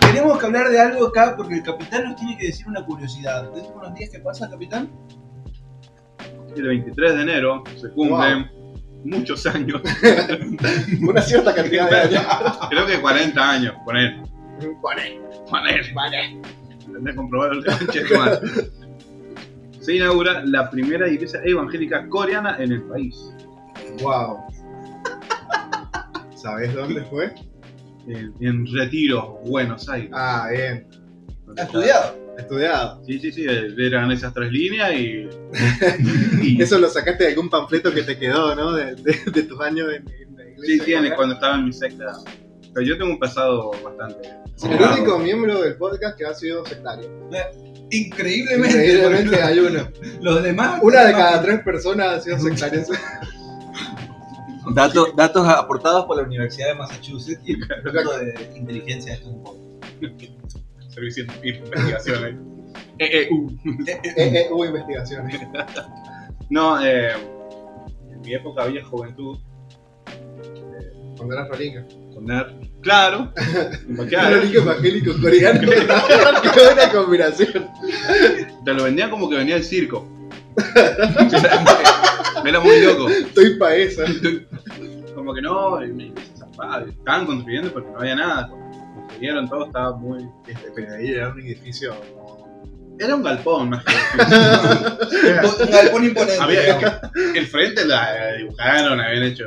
A: Tenemos que hablar de algo acá porque el capitán nos tiene que decir una curiosidad. Dentro de unos días que pasa, capitán,
D: El 23 de enero se cumplen muchos años.
C: Una cierta cantidad de años.
D: Creo que 40 años, poner.
C: Vale,
D: Poner.
C: vale.
D: Anda a comprobar el conche de tu madre. Se inaugura la primera iglesia evangélica coreana en el país.
C: Wow. ¿Sabes dónde fue?
D: En, en Retiro, Buenos Aires.
C: Ah, bien.
A: ha estudiado.
C: Estudiado.
D: Sí, sí, sí, eran esas tres líneas y. y-
C: Eso lo sacaste de algún panfleto que te quedó, ¿no? De, de- de tus años en, en la iglesia.
D: sí, sí, en-
C: coreana.
D: cuando estaba en mi secta. Pero yo tengo un pasado bastante.
C: El único miembro del podcast que ha sido sectario.
A: Increíblemente.
C: Increíblemente hay uno.
A: Los demás.
C: Una de cada tres personas ha sido sectario.
A: Datos, datos aportados por la Universidad de Massachusetts y el Instituto de Inteligencia de Stanford.
D: Servicio de investigación. Eh, eh, uh.
C: Eh, eh, Hubo investigaciones.
D: No, eh, en mi época había juventud.
C: Cuando eras rolinga.
D: Poner. Claro.
C: Claro.
D: claro.
C: Rolinga evangélico coreano. Qué buena combinación.
D: Te lo vendían como que venía del circo. Era muy loco.
C: Estoy pa' esa.
D: Como que no, y me dice, "Zapá, estaban construyendo porque no había nada. Construyeron todo, estaba muy.
C: Este, pero ahí era un edificio.
D: Era un galpón más que.
C: eh,
A: Un galpón imponente. digamos.
D: había, el frente la dibujaron, habían hecho.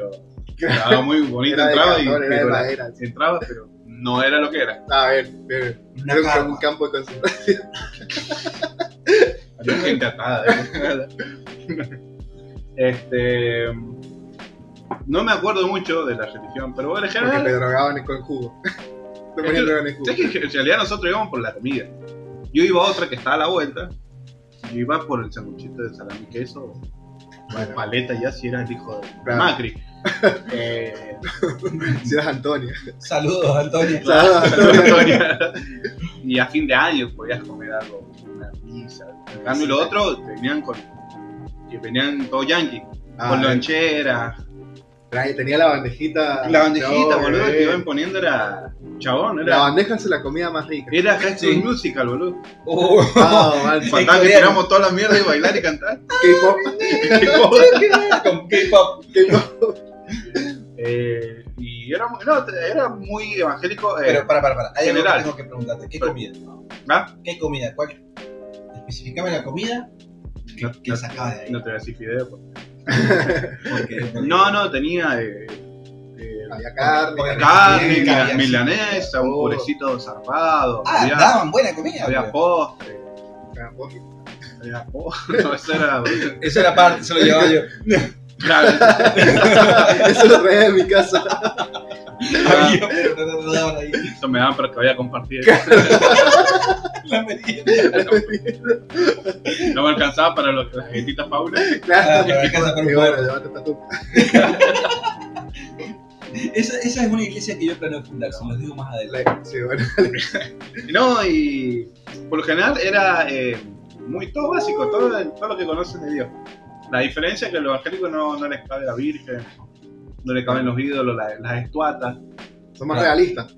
D: Estaba muy bonito,
C: Era de
D: entraba y.
C: cartón, era de
D: pero-
C: madera.
D: entraba, pero no era lo que era.
C: A ver, ver.
A: Una
C: Era un,
A: cama.
C: un campo de concentración.
D: Había gente atada. ¿eh? este. No me acuerdo mucho de la religión, pero bueno, en
C: Porque te
D: general.
C: drogaban con jugo. Te
D: Es que-
C: ponían droga en el jugo.
D: ¿sabes que en realidad nosotros íbamos por la comida. Yo iba a otra que estaba a la vuelta. Yo iba por el sanguchito de salami y queso,
C: Bueno,
D: paleta, ya si era el hijo de
C: Claro.
D: Macri. Eh,
C: si eras Antonio.
A: Saludos, Antonio.
C: Saludos, Antonio.
D: y a fin de año podías comer algo, una pizza. En cambio, lo otro te venían con. que venían todo yankee,
C: Ah,
D: con
A: eh.
D: lonchera.
C: trae- tenía la bandejita.
D: La bandejita,
C: No,
D: boludo,
A: eh.
C: bebé.
D: que iban poniendo era. chabón,
C: La
D: era.
C: bandeja es la comida más rica.
D: Era High School
A: Sí.
D: Musical, boludo.
A: Oh,
C: Ah, vale.
D: Faltaba que
A: coreano.
D: tiramos toda la mierda y bailar y cantar.
C: K-pop.
A: con K-pop.
C: K-pop.
D: Eh, y era, muy- no, era muy evangélico. eh,
A: Pero para, para, para. Hay algo que
D: General.
A: tengo que preguntarte. ¿Qué
D: Pero-
A: comida?
D: ¿ah?
A: ¿Qué comida? ¿Cuál? Especificame la comida que,
D: No,
A: que
D: no,
A: sacabas de ahí.
D: no te voy a decir fideo. pues.
A: porque-
D: No, no, tenía eh, eh,
A: Ah,
C: Había carne,
A: Porque
C: había
D: Carne,
A: Sí,
D: milan-
A: había-
D: milanesa, un
C: Oh.
D: purecito zarpado.
A: Ah,
D: había,
A: daban buena comida.
D: había
A: güey.
D: postre.
C: carne.
D: Había postre. No, eso era.
A: Eso era parte, se lo llevaba yo.
D: Claro,
C: Eso lo traía de mi casa.
D: Ah.
A: Había, pero no no daban ahí.
D: eso me daban para que vaya a compartir.
A: La medida.
D: No me alcanzaba para lo- las galletitas Paula.
A: Ah,
C: Claro.
A: para la casa, para un
C: Y
A: pobre.
C: bueno, llévate pa' tu-
A: Esa, esa es una iglesia que yo planeo fundar, se los digo más adelante.
C: Sí, bueno.
D: No, y por lo general era eh, muy todo básico, todo, todo lo que conocen de Dios. La diferencia es que a los evangélicos no, no les cabe la Virgen, no les caben los ídolos, la- las estuatas.
C: Son más
A: Claro.
C: realistas.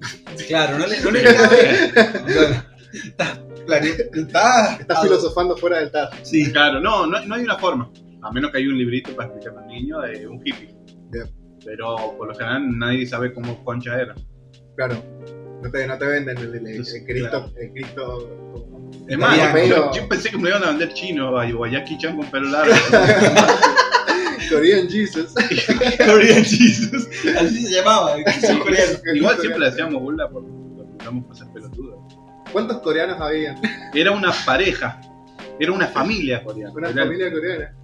A: Claro, no le, no le cabe. Bueno, estás plane- estás-
C: Estás filosofando fuera del tar.
A: Sí,
D: Claro, no, no, no hay una forma. A menos que haya un librito para explicar a un niño de un hippie.
C: Bien.
D: Pero por lo general nadie sabe cómo concha era.
C: Claro. No te, no te venden el, el- el
D: Entonces,
C: Cristo.
D: claro.
C: El Cristo.
D: Es más,
A: Italiano.
D: yo, yo pensé que me iban a vender chino o a o a Jackie Chan con pelo largo.
C: Korean Jesus.
A: Korean Jesus. Así se llamaba, el Jesús coreano.
D: Igual siempre le hacíamos burla por por preguntarnos cosas pelotudas.
C: ¿Cuántos coreanos había?
D: Era una pareja, era una familia coreana.
C: Una
D: era
C: familia coreana.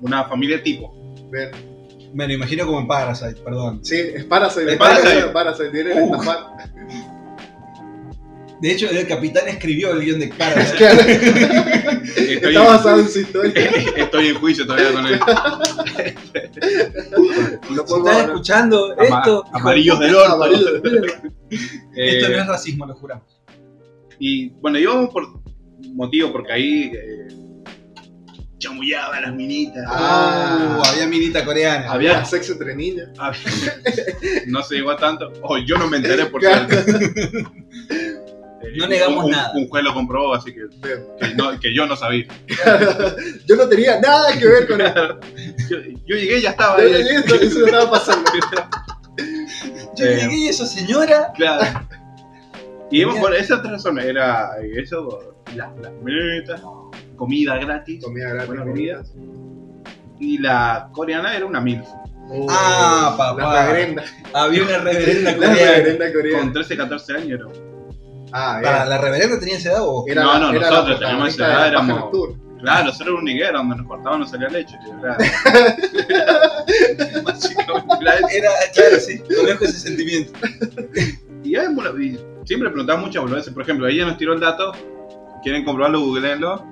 D: una familia tipo.
C: Bien.
A: Me lo imagino como en Parasite, perdón.
C: Sí, es Parasite.
D: Es Parasite.
C: Es Parasite. Tienen
A: Uh.
C: estafa-
A: De hecho, el capitán escribió el guión de Parasite.
C: Claro.
D: Estoy,
C: Está basado en su historia.
D: estoy en juicio todavía con él.
A: Si
C: No podemos
A: estás
C: hablar.
A: escuchando
D: Ama-
A: esto,
D: amarillos del orto.
C: Amarillo, mira.
D: Eh,
A: esto no es racismo, lo juramos.
D: Y bueno, íbamos por motivo, porque ahí eh, chamullaba a las minitas.
C: Ah.
A: Uh, había minita coreana.
D: Había,
C: Sexo entre niñas.
D: había- no se llegó a tanto. O yo no me enteré porque eh,
A: No negamos
D: un-
A: nada.
D: Un juez lo comprobó, así que,
C: Bien.
D: que no- que yo no sabía.
C: Yo no tenía nada que ver con esto.
D: Yo, yo llegué y ya estaba.
C: Yo
D: ahí.
C: leí esto, eso no estaba pasando.
A: Yo
D: Eh.
A: llegué y esa señora.
D: Claro. Y íbamos
A: Mira.
D: por esas tres razones. Era eso, las las metas, comida gratis.
C: Comida gratis.
D: Buena comida. Y la coreana era una mil.
C: Oh,
A: Ah, papá.
C: La reverenda.
A: Había una reverenda
C: La
A: coreana.
C: reverenda
D: Con
C: coreana.
D: 13, 14 años era.
C: Ah,
A: Para,
C: bien.
A: ¿La reverenda tenía esa edad o
C: Era
D: No,
C: la-
D: no,
C: era la
D: nosotros teníamos
C: protagonista
D: esa edad,
C: de la paja
D: éramos-
C: nocturna.
D: Claro, solo era un higuera donde nos cortaban no salía leche. Era, básicamente era eso.
A: Era, claro, sí, conozco ese sentimiento.
D: Y, hay mula- y siempre preguntaba muchas boludeces. Por ejemplo, ella nos tiró el dato. Quieren comprobarlo, googleenlo.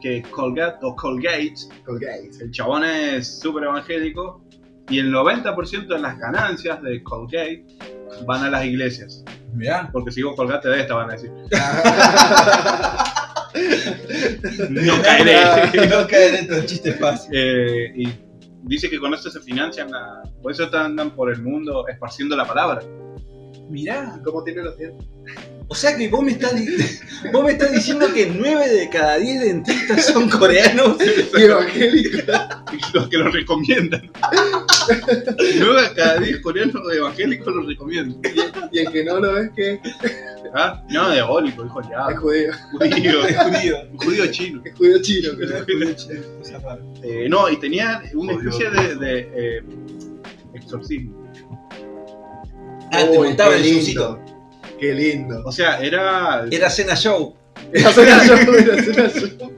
D: Que Colgate o Colgate
C: Colgate.
D: El chabón es súper evangélico y el 90% de las ganancias de Colgate van a las iglesias.
A: Mirá.
D: Porque si vos colgaste de esta, van a decir,
A: No
D: caeré.
A: No caeré en estos chistes fáciles.
D: Eh, y dice que con esto se financian, la- por eso están- andan por el mundo esparciendo la palabra.
A: Mirá.
C: ¿Cómo tiene los dientes?
A: O sea que vos me estás, di- vos me estás diciendo que 9 de cada 10 dentistas son coreanos.
C: Y evangélico.
D: Y Los que lo recomiendan. Nueve de cada 10 coreanos evangélicos lo recomiendan.
C: Y el que no lo es que es
D: Ah, no, diabólico, hijo de diablo,
C: Ah, judío.
D: judío,
A: Es judío.
D: judío chino.
C: Es judío chino. creo.
A: Es judío, che, cosa rara.
D: Eh, no, y tenía una
A: Judío.
D: especie de, de, eh, exorcismo.
A: Ah, te
C: Uy,
A: montaba
C: qué
A: el
C: lindo.
A: showcito.
C: Qué lindo.
D: O sea, era.
A: Era cena show.
C: Era cena show, era cena show.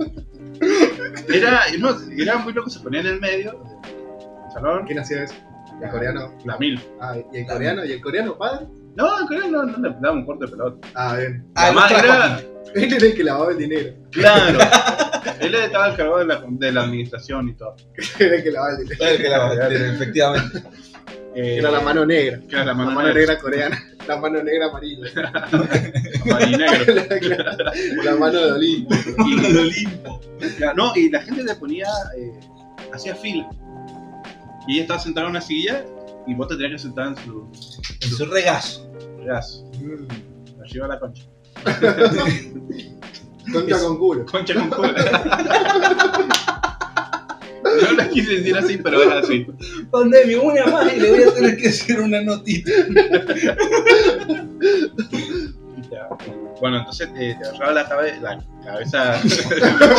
D: Era, no, era muy loco, se ponía en el medio del salón.
C: ¿Quién hacía eso? El coreano.
D: La mil.
C: Ah, ¿y el coreano? ¿Y el coreano, padre?
D: No, en Corea no, no le daba un cuarto de pelota.
C: Ah, bien.
A: Ah,
D: Además,
A: no trajo
D: era-
A: aquí.
C: Él era el que lavaba el dinero.
D: Claro. Él estaba encargado de la, de la administración y todo.
C: Era el que lavaba el dinero.
A: Claro que la- Efectivamente.
D: Eh,
C: Era la mano negra.
D: Claro, la
C: La
D: mano,
C: mano
D: negra.
C: negra coreana. La mano negra amarilla.
D: marinegro.
C: La mano de Olimpo.
A: El Olimpo.
D: Claro, No, y la gente le ponía. eh, hacía fila. Y ella estaba sentada en una silla y vos te tenías que sentar en su
A: En su regazo.
D: brazo.
C: Mm.
D: La lleva la concha.
C: Contra con culo.
D: Concha con cola. No la quise decir así, pero es así.
A: Pandemia, una más y le voy a tener que hacer una notita.
D: Y te- Bueno, entonces eh, te agarraba la, cabe- la cabeza.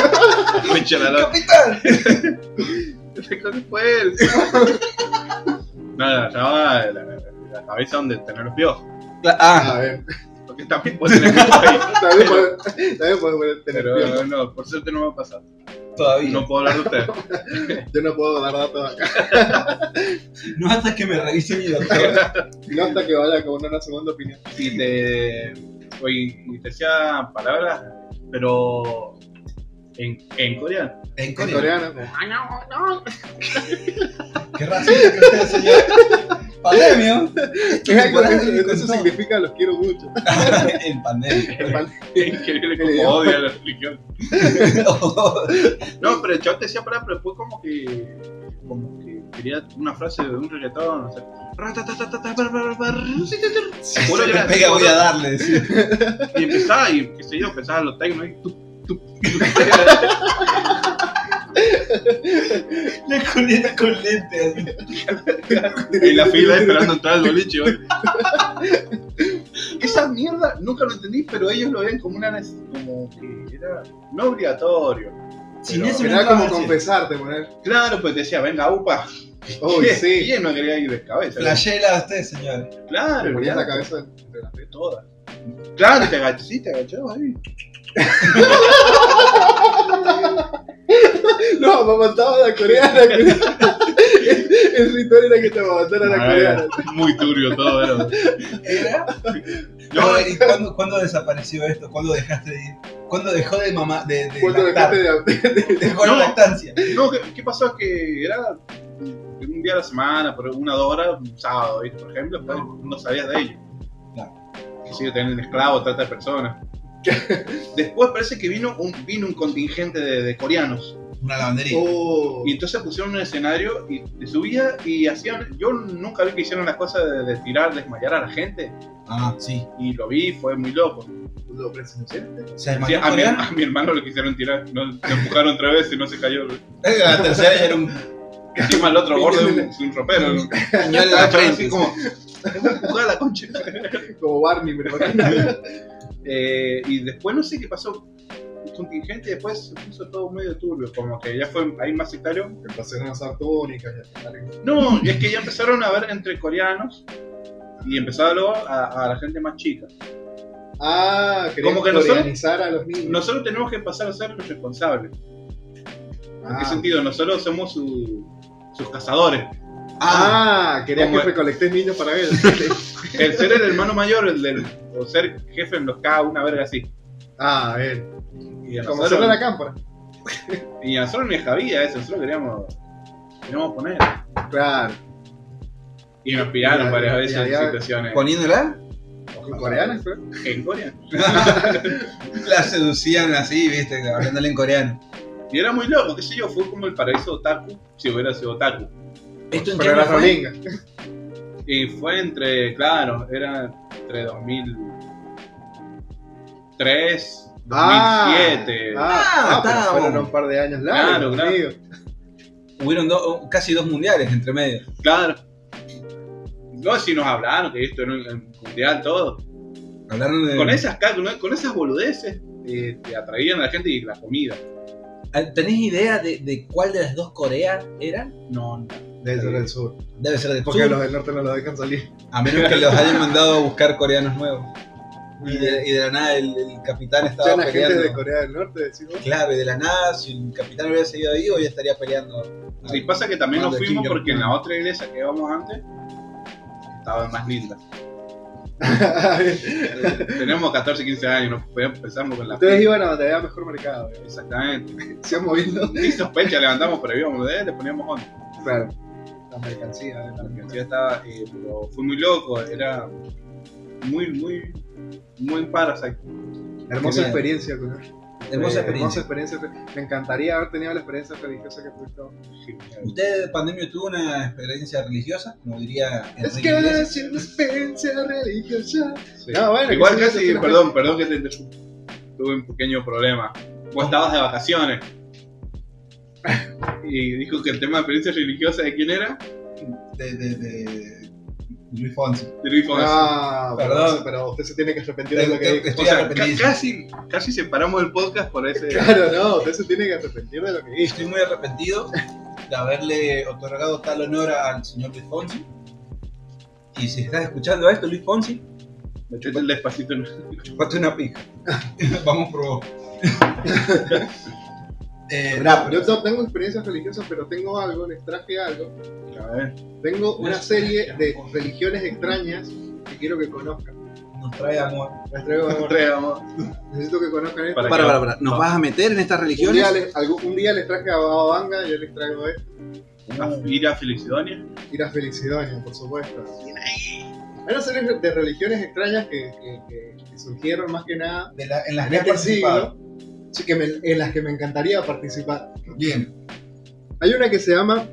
D: Concha la loca.
A: ¡Capitán!
D: Te coge fuerza. No, le agarraba la, la
C: lugar.
D: Avisa dónde tener los piojos.
A: Ah,
C: A ver,
D: Porque también puedes tener piojos ahí.
C: también puede- también puede tener piojos.
D: Pero no, por suerte no me ha pasado.
A: todavía.
D: No puedo hablar de ustedes.
C: Yo no puedo dar datos acá.
A: No hasta que me revise mi doctor.
C: No hasta que vaya con una segunda opinión.
D: Y te, oye, y te decía palabras, pero en, en coreano.
A: En
C: En
A: coreano.
C: coreano, como,
A: Qué racista que usted, señor. Pandemio.
C: Eso significa los quiero mucho.
A: El pandemio.
D: Increíble como odia la religión. No, pero el chabón te decía palabras, pero después como que. Como que quería una frase de un reggaetón, no sé. Seguro
A: Seguro
D: que
A: que
D: era-
A: pega, voy a darle. sí.
D: Y empezaba, y qué sé yo, empezaba los tecnos y tú.
A: La coleta con lentes. así.
D: En la fila esperando entrar al boliche, güey. Esa mierda nunca lo entendí, pero ellos lo ven como una. neces- Como que era. No obligatorio.
A: Sin
D: Pero
A: eso no
C: Era como
A: entraba al cine.
C: confesarte, poner.
D: Claro, pues decía, venga, upa.
C: Uy, sí.
D: ¿Quién no quería ir de cabeza?
A: Flashela a usted, señor.
C: Te
D: Claro,
C: ponías
D: claro.
C: la cabeza entre las tetas.
D: todas. Claro, te agachas, sí, te agachabas ahí.
C: No, amamantaba a la coreana. El ritual era que te amamantara a la
D: Ah, era
C: coreana.
D: Muy turbio todo, era.
A: ¿Era?
D: No,
A: Pero, ¿y cuándo, cuándo desapareció esto? ¿Cuándo dejaste de ir? ¿Cuándo dejó de mamá de, de
C: Cuando
A: lactar?
C: dejaste de
A: Dejó
D: No.
A: la lactancia.
D: no, ¿qué, qué pasó? Que era un día a la semana, por una dos horas, un sábado, ¿viste? por ejemplo, pues, no sabías de ello.
A: Claro.
D: Que sí, tenían esclavo, trata de personas. Después parece que vino un, vino un contingente de, de coreanos.
A: Una lavandería.
C: Oh,
D: Y entonces pusieron un escenario y te subía y hacían. Yo nunca vi que hicieron las cosas de, de tirar, desmayar a la gente.
A: Ah, sí.
D: Y lo vi, fue muy loco.
C: lo presencié.
A: ¿Se
D: Sí,
A: desmayó
D: a, mi,
A: coreano?
D: a mi hermano lo quisieron tirar, no, lo empujaron otra vez y no se cayó. güey.
A: Eh, La tercera ya era un
D: Encima el otro gordo es un, es un ropero. ¿no?
A: puñal en la
D: Estaba
A: frente.
D: así como, "Te voy a empujar a la concha".
C: Como Barney, me imagino.
D: Eh, y después no sé qué pasó. Un contingente y después se puso todo medio turbio, como que ya fue ahí más sectario.
C: Empezaron a usar túnicas y a sacar-
D: No, y es que ya empezaron a ver entre coreanos y empezaron luego a, a la gente más chica.
C: Ah, querían
D: Como que nosotros-
C: coreanizar a los niños.
D: Nosotros tenemos que pasar a ser los responsables. ¿En qué
C: ah,
D: sentido? Nosotros somos su- sus cazadores.
A: Ah,
C: ah, querían que
D: Como-
C: recolectes niños para ver.
D: El ser el hermano mayor, el del, o ser jefe en los K, una verga así.
C: ah, a ver.
D: Y a
C: Como solo
D: nosotros,
C: la cámpora.
D: y a nosotros ni cabía eso, nosotros queríamos, queríamos poner.
C: Claro.
D: Y nos
C: Y-
D: pillaron
C: y-
D: varias
C: y
D: veces en
C: allá-
D: situaciones
A: poniéndola,
C: ¿En coreana fue?
D: en Corea.
A: la seducían así, viste, hablándole en coreano.
D: Y era muy loco, qué sé yo, fue como el paraíso otaku, si hubiera sido otaku.
A: Esto en
C: Pero
A: China
C: era
A: fue
C: rolinga.
D: Y fue entre, claro, era entre 2003, 2007.
A: Ah,
C: Ah, ah, pero
A: está,
C: fueron
A: vamos.
C: un par de años largos.
D: Claro, claro.
C: amigo.
A: Hubieron do- casi dos mundiales entre medio.
D: Claro. No, si nos hablaron, que esto era un- un mundial, todo.
A: Hablaron de.
D: Con esas, ca- ¿no? con esas boludeces eh, te atraían a la gente y la comida.
A: Ah, ¿Tenés idea de, de cuál de las dos Coreas era?
D: No, no.
C: Desde el sur.
A: Debe ser de
C: Porque
A: sur,
C: los del norte no los dejan salir.
A: a menos que los hayan mandado a buscar coreanos nuevos. Y de, y de la nada el, el capitán estaba
C: Ya la gente
A: peleando.
C: de Corea del Norte decimos.
A: Claro, y de la nada, si el capitán hubiera seguido ahí, hoy estaría peleando.
D: Y pasa que también nos
A: Manda
D: fuimos
A: Kim Jong-un.
D: porque en la otra iglesia que íbamos antes estaba más linda.
C: Ustedes
D: Eh, Tenemos 14, 15 años, nos podíamos- empezamos con la.
C: iban a donde había mejor mercado. ¿eh?
D: Exactamente.
C: Se iban moviendo.
D: Ni sospecha levantamos, pero íbamos de él, le poníamos onda.
C: Claro. La mercancía. ¿eh?
D: La mercancía estaba. eh, pero fue muy loco, era muy, muy. Muy parasite.
C: Hermosa
A: Genial.
C: experiencia, Corea.
A: Hermosa
C: Eh, Hermosa
A: experiencia.
C: experiencia. Me encantaría haber tenido la experiencia religiosa que tuviste. vos.
A: ¿Usted, pandemia, tuvo una experiencia religiosa? Como diría
C: Es
A: Enrique
C: que
A: Iglesias.
C: es una experiencia religiosa.
D: Sí.
C: No, Ah, bueno,
D: Igual
C: que sí,
D: casi,
C: que-
D: perdón, perdón que te interrumpa. Tuve un pequeño problema. Vos estabas de vacaciones. Y dijo que el tema de experiencia religiosa de quién era?
A: De, de, de Luis Fonsi.
D: De Luis Fonsi.
C: Ah,
A: Perdón.
C: perdón. Pero usted se tiene que arrepentir de lo que dijo.
A: estoy
D: o sea, ca-
A: arrepentido.
D: casi, casi separamos el podcast por ese.
C: Claro, no. Usted se tiene que arrepentir de lo que dijo.
A: Estoy muy arrepentido de haberle otorgado tal honor al señor Luis Fonsi. Y si estás escuchando esto, Luis Fonsi,
D: Me chupa el despacito.
A: chupate una pija. Vamos por vos. eh,
C: Rap. Yo no tengo experiencias religiosas, pero tengo algo, les traje algo.
D: A ver.
C: Tengo una serie de religiones extrañas que quiero que conozcan.
A: nos trae amor.
C: Las traigo de amor.
D: Traigamos.
C: Necesito que conozcan esto.
D: Para
B: Para,
D: que-
B: para, para. ¿Nos vas a meter en estas
C: Un día,
B: religiones?
C: les, algún- un día les traje a Baba Vanga, yo les traigo esto.
D: A- Ir a Felicidonia.
C: Y las felicidades, por supuesto. Hay una serie de religiones extrañas que, que- que- que surgieron más que nada
A: De la- en las
C: en
A: que has
C: este
A: participado.
C: siglo, sí, que me- en las que me encantaría participar.
A: Bien.
C: Hay una que se llama,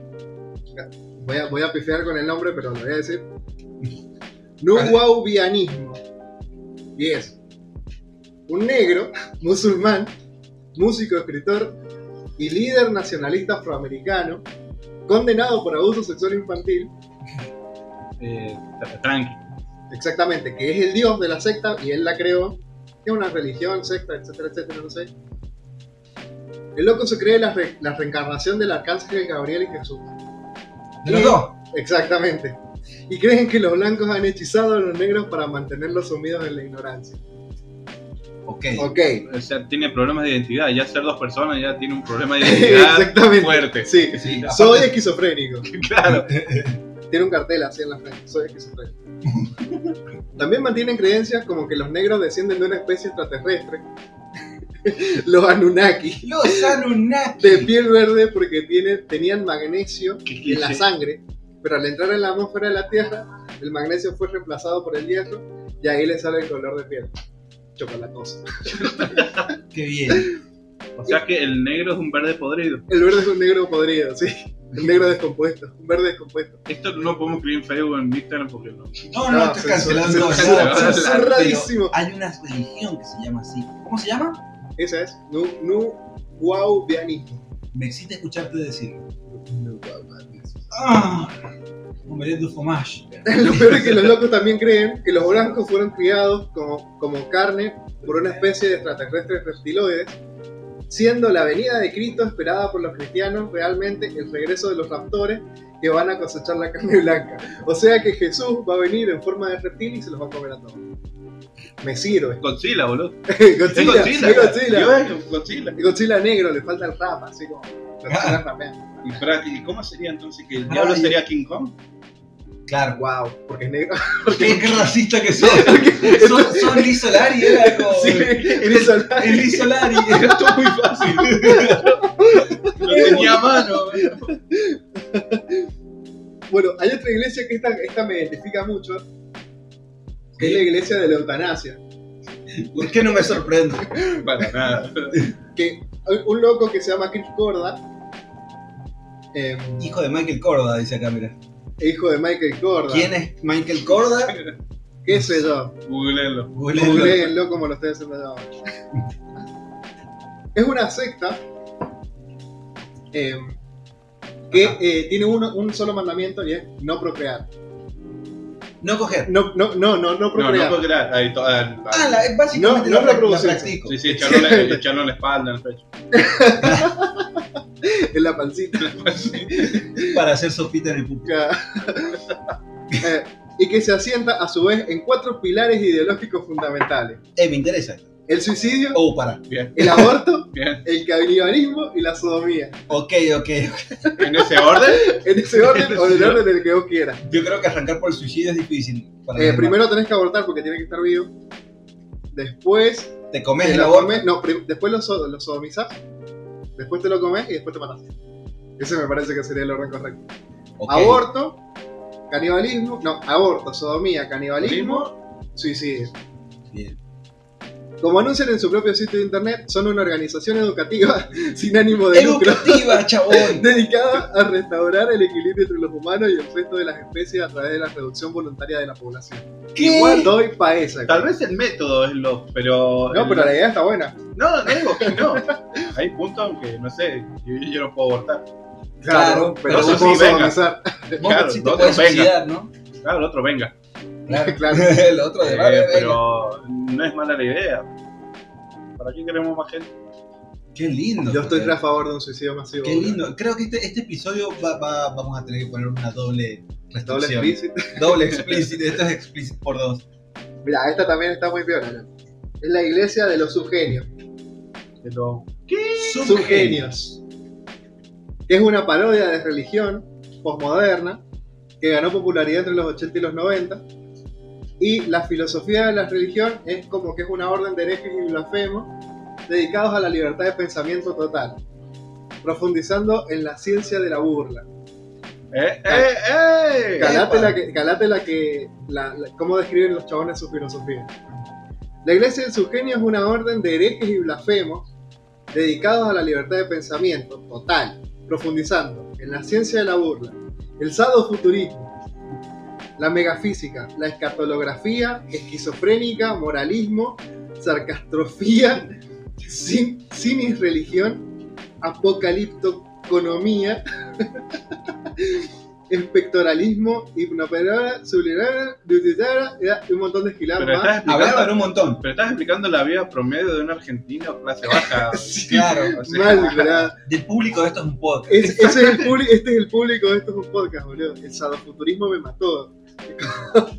C: voy a, voy a pifiar con el nombre, pero lo voy a decir, Nuwaubianismo. Y es un negro, musulmán, músico, escritor y líder nacionalista afroamericano, condenado por abuso sexual infantil,
D: Eh, tra- tranqui.
C: Exactamente, que es el dios de la secta y él la creó. Es una religión, secta, etcétera, etcétera, no sé. El loco se cree la, re- la reencarnación del arcángel Gabriel y Jesús.
A: De los dos.
C: Exactamente. Y creen que los blancos han hechizado a los negros para mantenerlos sumidos en la ignorancia.
A: Ok.
C: Ok.
D: O sea, tiene problemas de identidad. Ya ser dos personas ya tiene un problema de identidad
C: Exactamente.
D: fuerte.
C: Sí.
A: Sí,
C: Soy
A: aparte-
C: esquizofrénico.
D: Claro.
C: Tiene un cartel así en la frente. Soy esquizofrénico. También mantienen creencias como que los negros descienden de una especie extraterrestre. los Anunnaki.
A: Los Anunnaki.
C: de piel verde porque tiene, tenían magnesio
D: Qué
C: en la
D: cliché.
C: sangre, pero al entrar en la atmósfera de la Tierra, el magnesio fue reemplazado por el hierro y ahí le sale el color de piel. Chocolatoso.
A: Qué bien.
D: O sea que el negro es un verde podrido.
C: El verde es un negro podrido, sí. El negro descompuesto, un verde descompuesto.
D: Esto no podemos escribir en Facebook o en Instagram porque no.
A: No,
C: No,
A: no, estás
C: se-
A: cancelando.
C: se- se-
A: nada,
D: se-
A: nada,
D: se-
A: nada,
C: rarísimo.
A: pero Hay una religión que se llama así. ¿Cómo se llama?
C: Esa es Nu, nu Wow Bianismo.
A: Me excita escucharte decirlo. Ah, hombre de fromage.
C: Lo peor es que los locos también creen que los blancos fueron criados como, como carne por una especie de extraterrestres reptiloides, siendo la venida de Cristo esperada por los cristianos realmente el regreso de los raptores que van a cosechar la carne blanca. O sea que Jesús va a venir en forma de reptil y se los va a comer a todos. Me sirve.
D: Godzilla, boludo. Es
C: Godzilla,
D: Godzilla.
C: es Godzilla.
D: Yo es Godzilla.
C: Godzilla negro, le falta el rap, así como... lo están rapeando.
D: ¿Y, para- y cómo sería entonces que el
A: Ah,
D: diablo
A: yo-
D: sería King Kong?
A: Claro.
C: Wow, porque es negro.
A: Qué, qué racista que sos. son, son Liz Solari, era como.
C: Oh, Sí, eres soldado.
A: Es Liz Solari.
D: Esto es muy fácil. Lo tenía a mano.
C: Bueno, hay otra iglesia que esta, esta me identifica mucho, que es la iglesia de la eutanasia.
A: ¿Por qué no me sorprendo?
D: Para nada.
C: Que hay un loco que se llama Chris Corda, eh,
A: Hijo de Michael Corda, dice acá, mira.
C: hijo de Michael Corda,
A: ¿Quién es Michael Corda?
C: qué sé yo,
D: Googleenlo.
A: Googleenlo.
C: googleenlo como lo estoy haciendo yo ahora. Es una secta eh, que eh, tiene uno- un solo mandamiento y es no procrear.
A: No coger.
C: No, no, no, no, no
D: No, no
C: procrear.
D: puedo crear. Ahí to- ah, ah.
A: Ah, la, básicamente
C: No, no
A: la, prac- la
C: reproducirse.
A: practico.
D: Sí, sí, echarlo en la- echarlo en la espalda, en el pecho.
C: en la pancita.
A: Para hacer sopita en el pupi.
C: Ya. Eh, y que se asienta a su vez en cuatro pilares ideológicos fundamentales:
A: Eh, me interesa.
C: el suicidio,
A: Oh, para.
D: Bien,
C: el aborto,
D: bien.
C: el canibalismo y la sodomía.
A: Ok, ok.
D: En ese orden,
C: En ese orden o en el orden del que vos quieras.
A: Yo creo que arrancar por el suicidio es difícil. Para
C: Eh,
A: los
C: primero tenés que abortar porque tiene que estar vivo. Después
A: demás. te comes
C: te
A: el
C: lo
A: aborto.
C: comes, no, prim- después lo, so- lo sodomizás, después te lo comes y después te matás. Ese me parece que sería el orden correcto.
A: Ok.
C: Aborto, canibalismo, no, aborto, sodomía, canibalismo, suicidio.
A: Bien.
C: Como anuncian en su propio sitio de internet, son una organización educativa sin ánimo de lucro
A: Educativa, chabón.
C: dedicada a restaurar el equilibrio entre los humanos y el resto de las especies a través de la reducción voluntaria de la población.
A: ¿Qué?
C: Igual doy pa' esa.
D: tal vez el método es lo. Pero.
C: No, pero la idea está buena.
D: No, no digo que no. Hay puntos aunque, no sé, yo, yo no puedo abortar.
A: Claro,
C: pero
D: pero
C: no
D: eso
C: puedo
D: sí, venga.
C: sodomizar.
A: Vos
D: Claro,
A: sí te
D: no,
A: puedes
D: venga.
A: suicidar, ¿no?
D: Claro, el otro venga.
A: Claro,
C: Claro.
A: el otro de
D: Eh,
A: vale, venga.
D: pero no es mala la idea. ¿Para qué queremos más gente?
A: Qué lindo.
C: Yo estoy
A: porque-
C: re a favor de un suicidio masivo.
A: Qué lindo. Creo que este, este episodio va- va- vamos a tener que poner una doble
C: Doble
A: restricción.
C: explícito.
A: Doble explícito. Esto es explícito por dos.
C: Mira, esta también está muy viola. ¿no? Es la iglesia de los subgenios. De los subgenios. Que es una parodia de religión posmoderna que ganó popularidad entre los 80 y los 90. Y la filosofía de la religión es como que es una orden de herejes y blasfemos dedicados a la libertad de pensamiento total, profundizando en la ciencia de la burla.
D: ¡Eh, eh, eh!
C: Calate la que, calate la que, la- la- cómo describen los chabones su filosofía. La iglesia del subgenio es una orden de herejes y blasfemos dedicados a la libertad de pensamiento total, profundizando en la ciencia de la burla, el sadofuturismo, la megafísica, la escatolografía, esquizofrénica, moralismo, sarcastrofía, sin, cinis religión, apocaliptoconomía, espectoralismo, hipnopedora, subliminal, y un montón de ah, giladas
D: Pero estás,
C: más.
A: Hablaban
D: explicando,
A: un montón.
D: pero estás explicando la vida promedio de un argentino clase baja.
A: Claro.
D: O sea,
C: Mal, ¿verdad?
A: Del público de esto es un podcast.
C: Es- ese es el publi- este es el público, esto es un podcast, boludo. El sadofuturismo me mató.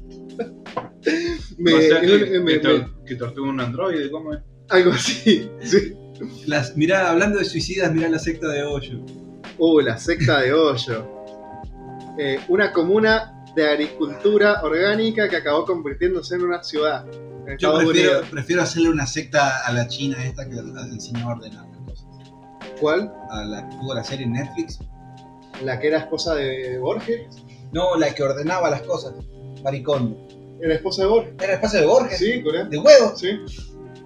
C: me,
D: o sea,
C: es
D: eh, que,
C: un- me-
D: que,
C: me-
D: tor- que tortuga un androide, ¿cómo es?
C: algo así. Sí.
A: Las, mirá, hablando de suicidas, mirá la secta de Hoyo.
C: Uh, la secta de Hoyo. Eh, una comuna de agricultura orgánica que acabó convirtiéndose en una ciudad. en
A: Yo
C: Estados
A: prefiero,
C: Unidos.
A: prefiero hacerle una secta a la china esta que al al señor ordenado. entonces.
C: ¿Cuál?
A: A la que tuvo la serie en Netflix.
C: La que era esposa de Borges.
A: No, la que ordenaba las cosas. Maricón.
C: Era esposa de Borges.
A: Era el pase de Borges.
C: Sí, Corea.
A: De huevos.
C: Sí.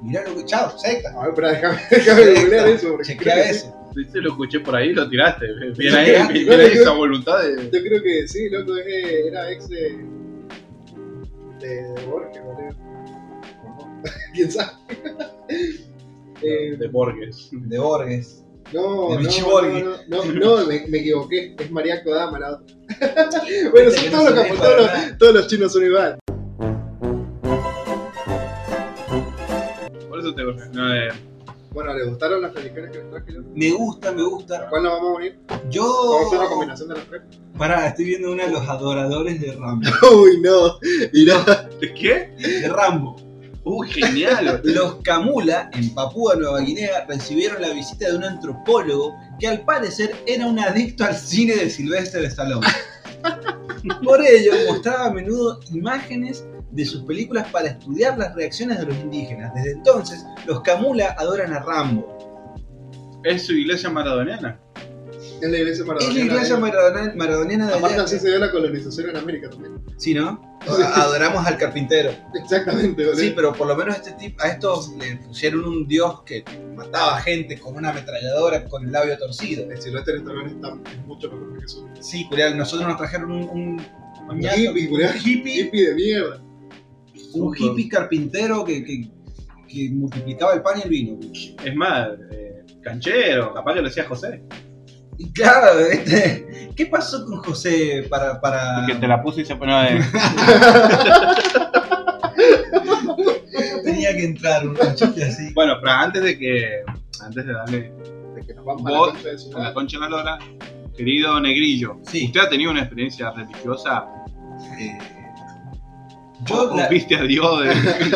A: Mirá lo que. Chao, secta.
C: A ver, pero déjame, déjame googlear eso. porque
A: Chequea
C: creo que
A: eso.
D: Viste, lo escuché por ahí, lo tiraste. Bien ahí,
A: Claro,
D: bien
C: claro,
D: ahí
C: yo-
D: esa voluntad de.
C: Yo creo que sí, loco, es que era ex de. de, de Borges, boludo. ¿Quién sabe? Eh,
D: de Borges.
A: De Borges.
C: no,
A: de
C: no,
A: Vichy
C: no,
A: Borghi.
C: no, no, no, me, me equivoqué, es María Kodama la otra. bueno, son
A: Que no
C: todos los,
A: se
C: capos-
A: deja
C: todos,
A: de nada.
C: los, todos los chinos son igual.
D: Por eso te no, eh,
C: Bueno, ¿les gustaron las religiones que les traje yo?
A: Me gusta, me gusta.
C: ¿Cuál nos vamos a unir? ¿Vamos a hacer una
A: Yo.
C: combinación de las tres?
A: Pará, estoy viendo uno de los adoradores de Rambo.
C: Uy, no, mirá.
D: ¿De qué?
A: De Rambo.
D: Uy, genial.
A: Los Camula, en Papúa Nueva Guinea, recibieron la visita de un antropólogo que al parecer era un adicto al cine de Sylvester Stallone. Por ello, mostraba a menudo imágenes de sus películas para estudiar las reacciones de los indígenas. Desde entonces, los Camula adoran a Rambo.
D: es su iglesia maradoniana.
C: Es la iglesia
A: Es
C: maradona.
A: la iglesia maradona- maradoniana de
C: Aparte,
A: allá.
C: así se dio la colonización en América también.
A: Sí, ¿no? Adoramos al carpintero.
C: Exactamente, boludo.
A: Sí, pero por lo menos este tipo, a estos le pusieron un dios que mataba gente con una ametralladora con el labio torcido.
C: El Silvestre Stallone está, es mucho mejor que Jesús.
A: Sí, culiao, nosotros nos trajeron un, un,
C: Un
A: ñato,
C: hippie,
A: un
C: culiao.
A: hippie,
C: Hippie de mierda.
A: un hippie carpintero que, que- que multiplicaba el pan y el vino.
D: Es más, eh, canchero, capaz que lo decía José.
A: Y claro, este, ¿qué pasó con José para... para...
D: Que te la puse y se pone. eh,
A: Tenía que entrar un un chiste así.
D: Bueno, pero antes de que. Antes de darle
C: De que nos vamos a
D: Vos,
C: la concha de su
D: a la
C: madre.
D: concha de la lora, querido Negrillo,
A: Sí.
D: ¿usted ha tenido una experiencia religiosa?
A: eh,
D: ¿O
A: yo la-
D: viste a Dios de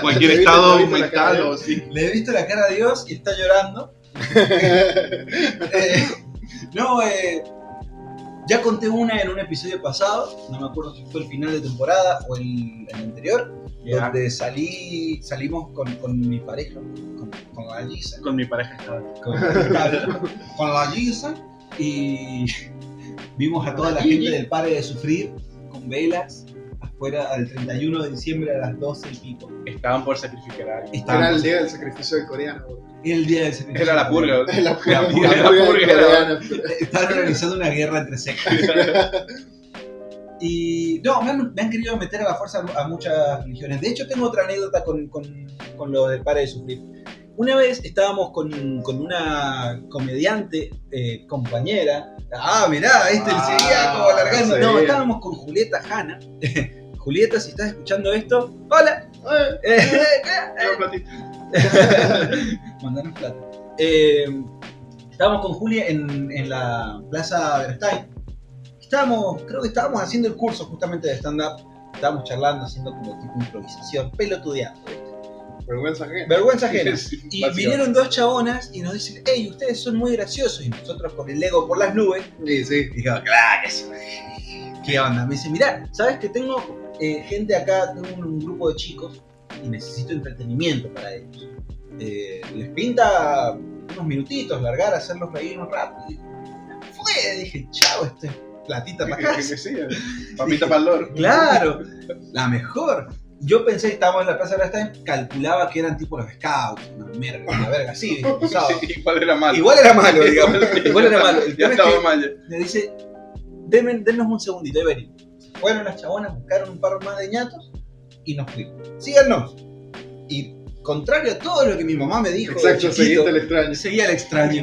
D: cualquier
C: Te viste-
D: estado
C: te viste la
D: mental
C: cara de-
D: o sí?
A: le he visto la cara a Dios y está llorando. Eh, no, eh, ya conté una en un episodio pasado, no me acuerdo si fue el final de temporada o el, el anterior,
D: Ya,
A: donde salí, salimos con, con mi pareja, con, con la Lisa,
D: Con mi pareja estaba.
A: con, con la Lisa, y vimos a toda la gente del Pare de Sufrir con velas afuera al 31 de diciembre a las 12 y pico.
D: Estaban por sacrificar a alguien.
C: Era el
A: Estábamos-
C: día del sacrificio del coreano. boludo.
A: el día del sacrificio.
D: Era la purga.
C: La
D: La
C: purga-
D: purga,
C: la
D: la
C: purga del
D: purga.
C: coreano.
A: Estaban organizando una guerra entre sectas. Y no, me han, me han querido meter a la fuerza a muchas religiones. De hecho, tengo otra anécdota con, con- con lo del Pare de Sufrir. Una vez estábamos con, con una comediante, eh, compañera. Ah, mirá, este
C: Ah,
A: seguía como alargando.
C: se
A: No,
C: veía.
A: estábamos con Julieta Hanna. Julieta, si estás escuchando esto, hola.
C: Eh,
A: Eh,
C: tengo platita.
A: Mandanos plata. Eh, Estábamos con Julia en, en la Plaza Verstein. Estábamos, creo que estábamos haciendo el curso justamente de stand-up. Estábamos charlando, haciendo como tipo improvisación, pelotudeando.
C: Vergüenza ajena.
A: Vergüenza ajena.
D: Sí, sí,
A: Y
D: básicamente.
A: vinieron dos chabonas y nos dicen, hey, ustedes son muy graciosos. Y nosotros con el ego por las nubes,
C: Sí, sí.
A: Y dije, claro que sí. ¿Qué onda? Me dice, mirá, ¿sabes que tengo eh, gente acá, tengo un, un grupo de chicos y necesito entretenimiento para ellos? Eh, ¿Les pinta unos minutitos, largar, hacerlos reír un rato? Y fue, dije, chao, este platita para
D: Que-
A: casa.
D: que sí, Papita para el loro.
A: Claro, la mejor. Yo pensé, estábamos en la plaza de la Stein, calculaba que eran tipo los scouts, una merda, una verga así, disfrazados.
D: Sí, Igual era malo.
A: Igual era malo, digamos. Igual era malo. El tema
D: Ya
A: es
D: estaba
A: que-
D: mal.
A: me dice, "Denme- dennos un segundito, ahí venimos. Fueron las chabonas, buscaron un par más de ñatos y nos fuimos. Síganos. Y contrario a todo lo que mi mamá me dijo, de
C: Exacto,
A: chiquito,
C: seguiste el extraño.
A: seguía el extraño.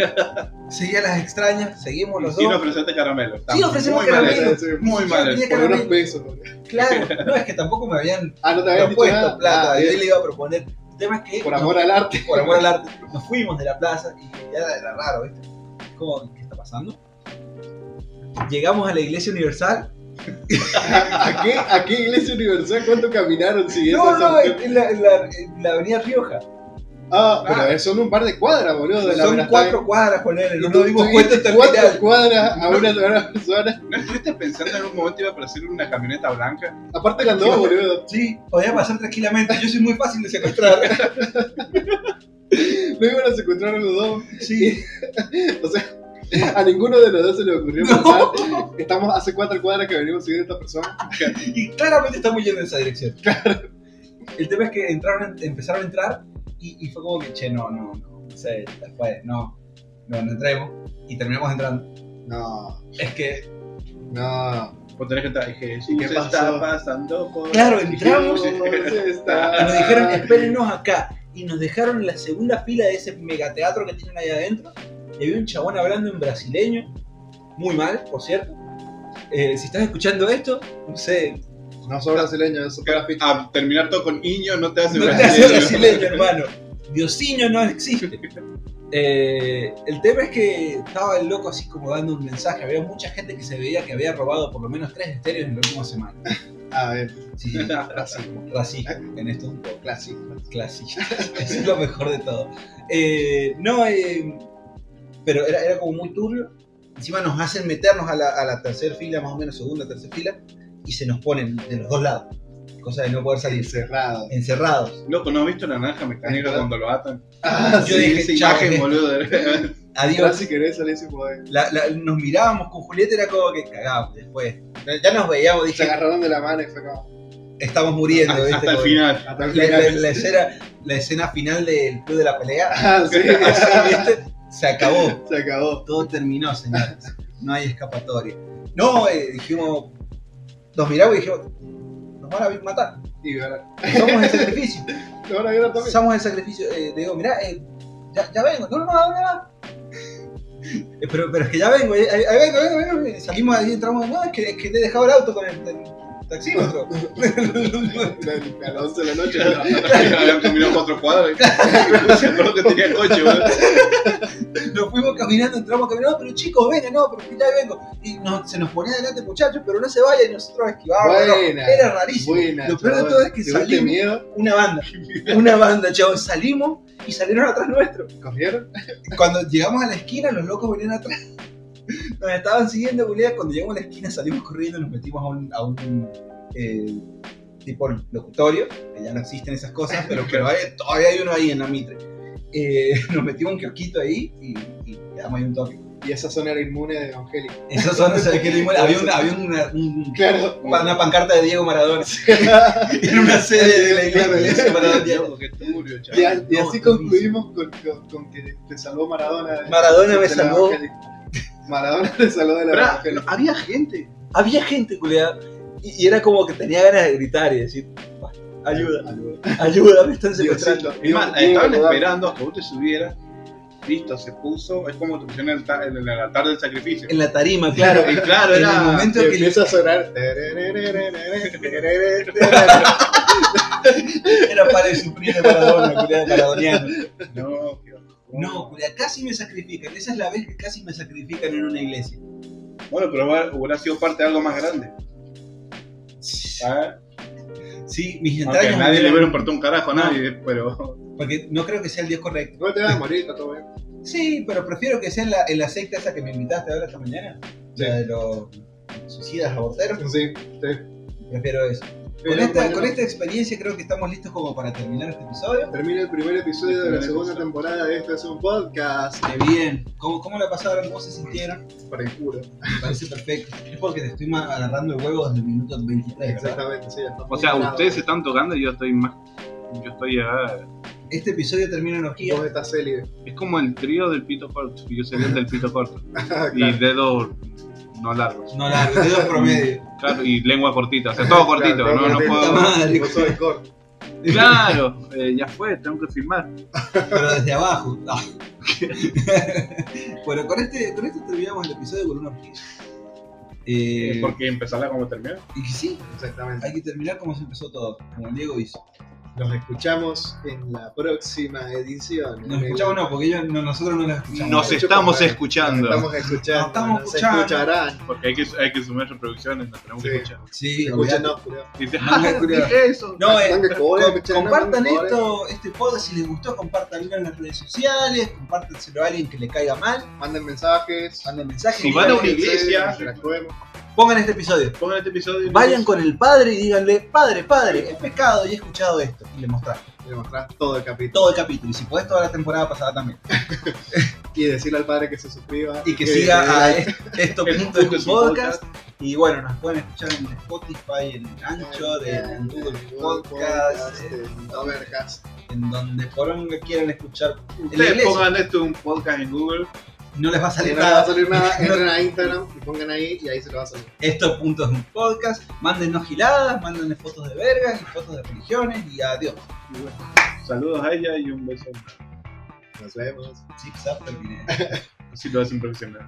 A: seguía las extrañas, seguimos los
D: Sí, nos
A: dos.
D: ofreciste caramelo.
A: Sí, nos ofrecemos
D: Muy mal,
A: caramelo.
D: eh, Muy
A: Yo
D: mal.
A: tenía
C: Por unos
A: caramelo.
C: pesos.
A: Claro, no es que tampoco me habían
C: Ah, no te habías dicho
A: propuesto
C: nada.
A: plata,
C: Ah,
A: yo
C: bien.
A: le iba a proponer. El tema es que
C: Por
A: nos-
C: amor al arte.
A: por amor al arte, nos fuimos de la plaza y ya era, era raro, ¿viste? Como, ¿qué está pasando? Llegamos a la iglesia universal
C: ¿A qué, ¿A qué iglesia universal cuánto caminaron siguiendo
A: No,
C: esa
A: no,
C: mujer?
A: en la, en la- en la avenida Rioja.
C: Ah, pero son un par de cuadras, boludo. De la
A: Son
C: Verastán.
A: cuatro cuadras, ponele, no
C: Y tú
A: nos dimos
C: estuviste
A: cuenta hasta el
C: Cuatro
A: final.
C: cuadras a una sola persona.
D: ¿No estuviste pensando en un momento iba a aparecer una camioneta blanca?
C: Aparte eran dos, boludo.
A: Sí, podía pasar tranquilamente, yo soy muy fácil de secuestrar.
C: Lo iban a secuestrar a los dos.
A: Sí,
C: O sea, a ninguno de los dos se le ocurrió pensar. Estamos hace cuatro cuadras que venimos siguiendo a esta persona.
A: y claramente estamos yendo en esa dirección. El tema es que entraron, empezaron a entrar y, y fue como que, che, no, no, no, no sé, ya fue, no, no, no entremos. Y terminamos entrando.
C: No,
A: Es que,
C: no.
D: Vos tenés que estar. Dije, Jesús
C: ¿Qué pasó?
D: está pasando por.
A: claro, entramos
D: Sí.
A: y nos dijeron,
C: Ah.
A: eh, espérenos acá. Y nos dejaron en la segunda fila de ese megateatro que tienen ahí adentro. Y había un chabón hablando en brasileño, muy mal, por cierto. Eh, si estás escuchando esto, no sé,
C: No soy brasileño, eso fue la ficha.
D: A terminar todo con niño no te hace
A: no te haces
D: brasileño.
A: brasileño, hermano. Diosiño no existe. Eh, el tema es que estaba el loco así como dando un mensaje. Había mucha gente que se veía que había robado por lo menos tres estéreos en la última semana.
C: A ver,
A: Sí, sí, racismo. Racismo, en esto un poco.
C: clásico.
A: clásico. es lo mejor de todo. Eh, no, eh, pero era, era como muy turbio. Encima nos hacen meternos a la, a la tercera fila, más o menos segunda, tercera fila, y se nos ponen de los dos lados. Cosa de no poder salir.
C: Encerrado.
A: Encerrados.
D: Loco, ¿no has visto la naranja mecánica cuando lo atan?
C: Ah,
A: Yo
D: Sí,
A: dije,
D: esa
A: "Chao,
D: imagen,
A: esto".
D: boludo.
A: Adiós.
C: Ahora si querés salir sin poder.
A: La- la- nos mirábamos con Julieta, era como que cagábamos después. Ya nos veíamos,
C: Se
A: dije,
C: agarraron de la mano y fue como.
A: estamos muriendo. ¿viste?
D: Hasta el
A: Como-
D: final.
C: Hasta el
A: La, la-
C: final.
A: la escena, la escena final del club de la pelea,
C: Ah, sí,
A: así, ¿viste? se acabó.
C: se acabó.
A: todo terminó, señores. No hay escapatoria. No, eh, dijimos, nos miramos y dijimos, nos van a matar.
C: Y ahora,
A: Somos el sacrificio.
C: ahora yo también.
A: Somos el sacrificio. Eh, le digo, mirá, eh, ya, ya vengo. No, no, no, no, no. Eh, Pero, pero es que ya vengo, eh, ahí, ahí vengo, ahí vengo, ahí vengo. Y Salimos ahí, entramos, no, es que, es que te he dejado el auto con el, el taxímetro.
C: A las 11 de la noche.
D: Habían caminado cuatro cuadras. No se acordó que tenía coche, boludo.
A: Nos fuimos caminando, entramos caminando, pero chicos, vengan, no, pero que ya vengo. Y nos- se nos ponía delante, muchachos, pero no se vayan, y nosotros esquivábamos. no.
C: Buena.
A: Ah, Era rarísimo.
C: Buena,
A: Lo peor de
C: chabón.
A: todo es que
C: ¿Te gusta el
A: salimos.
C: miedo?
A: una banda, una banda, chavos. Salimos y salieron atrás nuestro.
C: ¿Corrieron?
A: Cuando llegamos a la esquina, los locos venían atrás. Nos estaban siguiendo, Julia. Cuando llegamos a la esquina, salimos corriendo y nos metimos a un, a un eh, tipo locutorio. que Ya no existen esas cosas, pero, pero hay- todavía hay uno ahí en la Mitre. Eh, nos metimos a un kiosquito ahí y, y quedamos ahí un toque.
C: Y esa zona era inmune de Evangélica.
A: Esos son, no sé qué dimos- Había, una, había una, un-
C: Claro.
A: una pancarta de Diego Maradona. en una sede de la iglesia. de Diego Maradona.
D: Loco, qué turbio, chaval.
C: Y, a- y
A: No,
C: así
A: durísimo.
C: concluimos con, con- con que te salvó Maradona. de-
A: Maradona me
C: de la
A: salvó.
C: Evangélica. Maradona te salvó de la
D: Pará,
C: Evangélica.
D: había gente.
A: había gente, culiada, y, y era como que tenía ganas de gritar y decir, "Basta, ayuda,
C: Ayuda.
A: ayuda, me están secuestrando.
C: Diosito,
D: Es más,
C: Dios,
D: estaban
C: Dios,
D: esperando a que vos te subieras Cristo se puso, es como te pusieron en el, ta- en el altar del sacrificio.
A: En la tarima, claro.
D: Y claro,
A: en
D: era.
A: el momento
C: Y
A: que le-
C: empieza a sonar.
A: era para el sufrir de Maradona, culiá de maradoniano.
D: No, qué horror.
A: No, culiá, casi me sacrifican. Esa es la vez que casi me sacrifican en una iglesia.
D: Bueno, pero hubiera- hubiera sido parte de algo más grande. ¿sabes?
A: Sí, mis entrañas. me
D: Aunque a nadie le
A: duelen,
D: hubiera importado un carajo a nadie, pero.
A: Porque no creo que sea el Dios correcto.
C: No te vas a morir, está todo bien.
A: Sí, pero prefiero que sea en la, en la secta esa que me invitaste ahora esta mañana. La de los suicidas aborteros.
C: Sí,
A: Prefiero eso. Con
C: Pero
A: esta,
C: bueno,
A: con esta experiencia creo que estamos listos como para terminar este episodio.
C: Termina el primer episodio de la
D: Primer
C: segunda
D: episodio.
C: temporada de Esto es un podcast
A: Qué bien. ¿Cómo, cómo la pasaron? ¿Cómo se sintieron?
C: para el culo.
A: Me parece perfecto. Es porque te estoy ma- agarrando el huevo desde el minuto 23. ¿verdad?
C: Exactamente, sí. está
D: O sea,
C: muy
D: ustedes se
C: claro.
D: están tocando y yo estoy más. Yo estoy ah,
A: Este episodio termina en orgía.
C: Vos estás célibe.
D: Es como el trío del pito corto. Yo sería el del pito corto. Y
C: Claro,
D: dedos no largos.
A: No largo, de dos promedio.
D: Claro, y lengua cortita. O sea, todo cortito.
C: claro,
D: no, no
C: claro,
D: puedo.
A: madre.
C: Vos sos el corto.
D: Claro, eh, ya fue, tengo que filmar.
A: Pero desde abajo. Ah. bueno, con este, con este terminamos el episodio con una orgía. Eh,
D: Porque empezarla como terminó.
A: y sí,
C: Exactamente.
A: hay que terminar como se empezó todo, como el Diego hizo.
C: Nos escuchamos en la próxima edición. En
A: Nos
C: el-
A: escuchamos, no, porque ellos, no, nosotros no nos escuchamos.
D: Nos
C: hecho,
D: estamos
C: compadre.
D: escuchando.
C: Estamos escuchando.
A: Nos estamos
C: nos
A: escuchando.
C: escucharán.
D: Porque hay que, hay que sumar reproducciones, nos tenemos
C: Sí.
D: que escuchar.
A: Sí, olvídate.
C: Escúchanos, culiao.
D: Y
A: Manga
D: dice, "Ah,
A: curiosa".
D: dije eso.
A: No, eh,
C: Manga
A: com-
C: cobre, chana,
A: compartan
C: manga
A: esto, este podcast si les gustó, compartanlo en las redes sociales, compártanselo a alguien que le caiga mal,
C: Manden mensajes.
A: manden mensajes,
D: Si van a una iglesia,
C: interactuemos.
A: pongan este episodio.
D: Pongan este episodio. y
A: Vayan con el padre y díganle, padre, padre, he pecado y he escuchado esto. Y le mostrás
C: Le mostrás todo el capítulo.
A: todo el capítulo. Y si podés toda la temporada pasada también.
C: Y decirle al padre que se suscriba.
A: Y que
C: Eh,
A: siga a
C: eh,
A: est- esto
D: El
A: punto de
D: Punto es
A: su
D: un
A: podcast. Y bueno, nos pueden escuchar en Spotify, en Anchor, en Google Podcast, eh.
C: Podcast, en Overcast.
A: en donde poronga quieran escuchar. En la
D: Ustedes
A: iglesia.
D: pongan esto en un podcast en Google.
A: No les va a
C: Si
A: salir
C: no le va a
A: nada.
C: salir nada, entren a Instagram y pongan ahí y ahí se lo va a salir.
A: Esto punto es un podcast. Mándenos giladas, mándenle fotos de vergas y fotos de religiones y adiós.
D: Y bueno, saludos a ella y un beso.
C: Nos vemos.
A: Zip, zap, terminé.
D: Así lo hacen profesional.